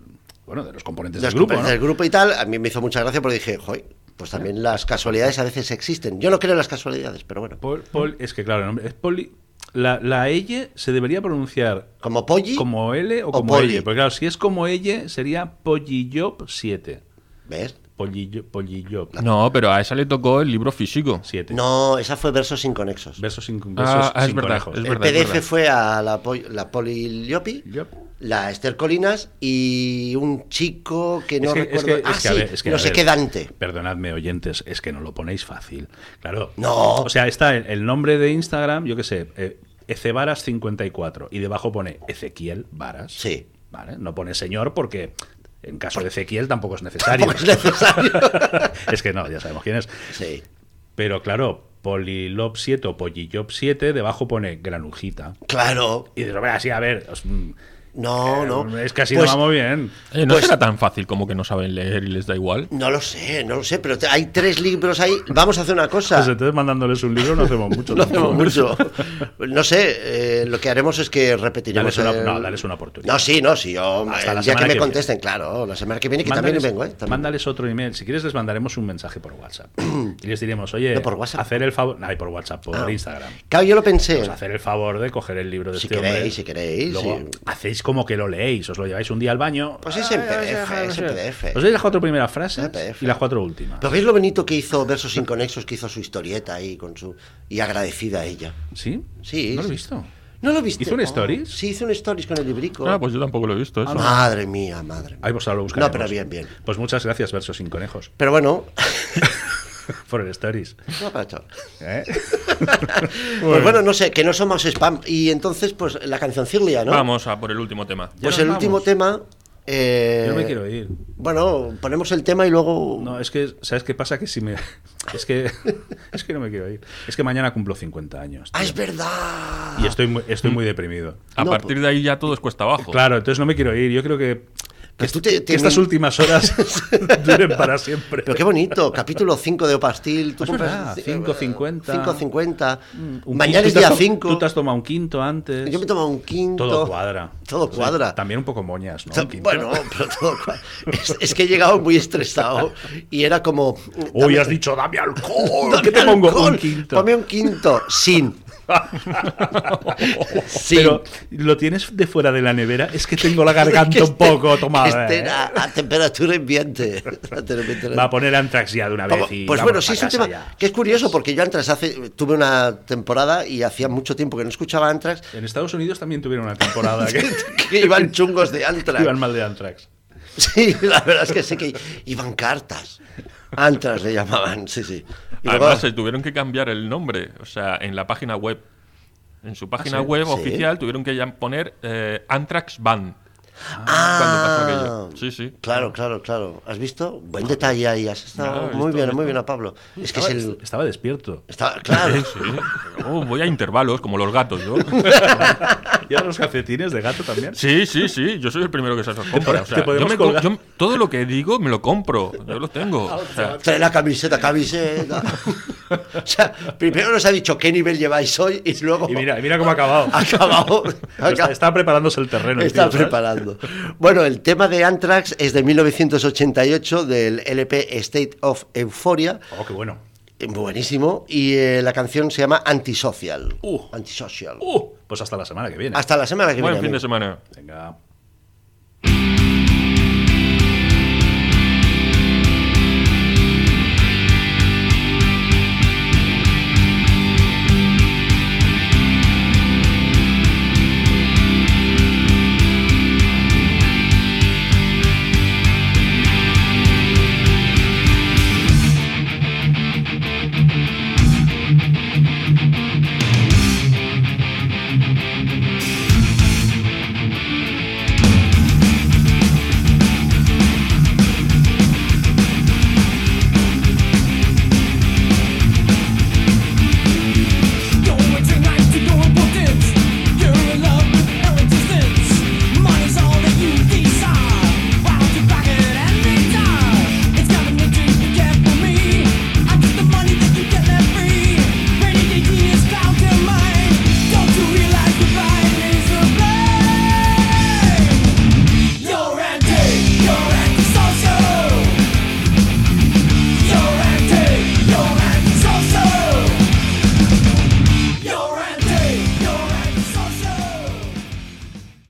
bueno, de los componentes Los del grupo, componentes ¿no? del grupo y tal, a mí me hizo mucha gracia porque dije, joder, pues también las casualidades a veces existen. Yo no creo en las casualidades, pero bueno. Pol- pol- es que claro, el nombre es poli. La, la L se debería pronunciar Como Polly. como L o o como poli. L. Porque claro, si es como L sería Pollyjob 7. ¿Ves? Polly- Pollyjob No, pero a esa le tocó el libro físico. 7. No, esa fue versos inconexos. Versos sin, versos Ah, ah, es sin verdad, conejos. es El verdad. PDF fue a la, po- la Poli Liopi. Yep. La Esther Colinas y un chico que no Es que- es recuerdo. que- ah, es que, a sí, ver, es que, no a sé ver, qué Dante. Perdonadme, oyentes, es que no lo ponéis fácil. Claro. No. O sea, está el, el nombre de Instagram, yo qué sé, eh, Ecevaras54, y debajo pone Ezequiel Varas. Sí. ¿Vale? No pone señor porque en caso de [LAUGHS] Ezequiel tampoco es necesario. Tampoco es necesario. [LAUGHS] es que no, ya sabemos quién es. Sí. Pero claro, Polilop 7 o Polilop 7, debajo pone Granujita. Claro. Y dices, hombre, así, a ver. os- mm, No, eh, no. Es que así Pues, no vamos bien. Eh, no Pues- será tan fácil como que no saben leer y les da igual. No lo sé, no lo sé, pero te- hay tres libros ahí. Vamos a hacer una cosa. Pues entonces mandándoles un libro no hacemos mucho. [LAUGHS] No hacemos tampoco. [LAUGHS] mucho. No sé, eh, lo que haremos es que repetiremos. Dales una- el- no, dales una oportunidad. No, sí, no, sí. Yo, Hasta la el día semana que me que contesten, claro, la semana que viene, que Mándales- también vengo, ¿eh? También. Mándales otro email. Si quieres, les mandaremos un mensaje por WhatsApp. [CLEARS THROAT] y les diremos, oye, No, por WhatsApp. hacer el favor. No, y por WhatsApp, por Ah. Instagram. Claro, yo lo pensé. Pues hacer el favor de coger el libro de Si este hombre. queréis, si queréis, Luego sí. hacéis como que lo leéis, os lo lleváis un día al baño. Pues es en PDF, es en Os PDF. leéis las cuatro primeras frases PDF. y las cuatro últimas. ¿Pero veis lo bonito que hizo Versos Inconexos, que hizo su historieta ahí con su. y agradecida a ella? ¿Sí? Sí, No lo he sí. visto. ¿No lo viste? ¿Hizo un Oh, stories? Sí, hizo un stories con el librico. Ah, pues yo tampoco lo he visto eso. madre mía, madre mía. Ahí vos pues ahora lo buscaremos. No, pero bien, bien. Pues muchas gracias, Versos sin Conejos. Pero bueno, [LAUGHS] por el Stories. [LAUGHS] No, para chao. ¿eh? Pues bueno, no sé, que no somos spam. Y entonces, pues la canción Cirlia, ¿no? Vamos a por el último tema. Pues el último tema. [LAUGHS] eh, Yo me quiero ir. Bueno, ponemos el tema y luego. No, es que, ¿sabes qué pasa? Que si me. [LAUGHS] Es que, es que no me quiero ir. Es que mañana cumplo 50 años. tío. ¡Ah, es verdad! Y estoy muy, estoy muy deprimido. A No, partir de ahí ya todo es cuesta abajo. Claro, entonces no me quiero ir. Yo creo que, que, Pero tú te- que te- estas últimas horas [LAUGHS] duren para siempre. Pero qué bonito, capítulo 5 de Opastil. Tú Es verdad, sí, 5.50. 5.50. Un Mañana quinto. es Tú te día has to- 5. Tú te has tomado un quinto antes. Yo me he tomado un quinto. Todo cuadra. Todo O sea, cuadra. también un poco moñas, ¿no? Ta- Un quinto. Bueno, pero todo cuadra. Es, es que he llegado muy estresado y era como. Uy, dame- has dicho, dame alcohol. dame ¿Qué te pongo? alcohol, Un quinto. Ponme un quinto, sin. [LAUGHS] sin. Pero lo tienes de fuera de la nevera. Es que tengo la [LAUGHS] garganta Que un poco esté- tomada. que este esté ¿eh? a, a temperatura ambiente. [LAUGHS] A temperatura- Va a poner antrax ya de una vez. Vamos, y pues vámonos bueno, sí a es un casa tema ya. que es curioso porque yo Antrax hace, tuve una temporada y hacía mucho tiempo que no escuchaba Antrax [LAUGHS] En Estados Unidos también tuvieron una temporada que, que iban chungos de Antrax. iban mal de antrax. Sí, la verdad es que sé que iban cartas. Antrax le llamaban, sí, sí. Y luego- Además, se tuvieron que cambiar el nombre. O sea, en la página web. En su página sí? web ¿Ah, Sí. oficial tuvieron que ya poner eh, Anthrax Ban. Ah. cuando pasó aquello. Sí, sí. Claro, claro, claro. ¿Has visto? Buen detalle ahí. Has estado Claro, he muy visto, bien, he muy visto. bien a Pablo. Es que es el... Estaba despierto. está- claro. Sí, Pero, oh, voy a intervalos, como los gatos, yo. ¿Y ahora los cafetines de gato también? Sí, sí, sí. Yo soy el primero que se los compra. O sea, Te yo podemos me co- colgar. yo- todo lo que digo me lo compro. Yo lo tengo. O sea, Trae la camiseta, [LAUGHS] camiseta. O sea, primero nos ha dicho qué nivel lleváis hoy y luego Y mira, y mira cómo ha acabado. ha [LAUGHS] acabado. ha Está, está preparándose el terreno. el Está tío, ¿sabes? preparando. Bueno, el tema de Anthrax es de 1988 del LP State of Euphoria, Oh, qué bueno. eh, buenísimo, y eh, la canción se llama Antisocial. Uh. Antisocial. Uh, pues hasta la semana que viene. Hasta la semana que buen viene. fin de amigos. semana. Venga. Antisocial.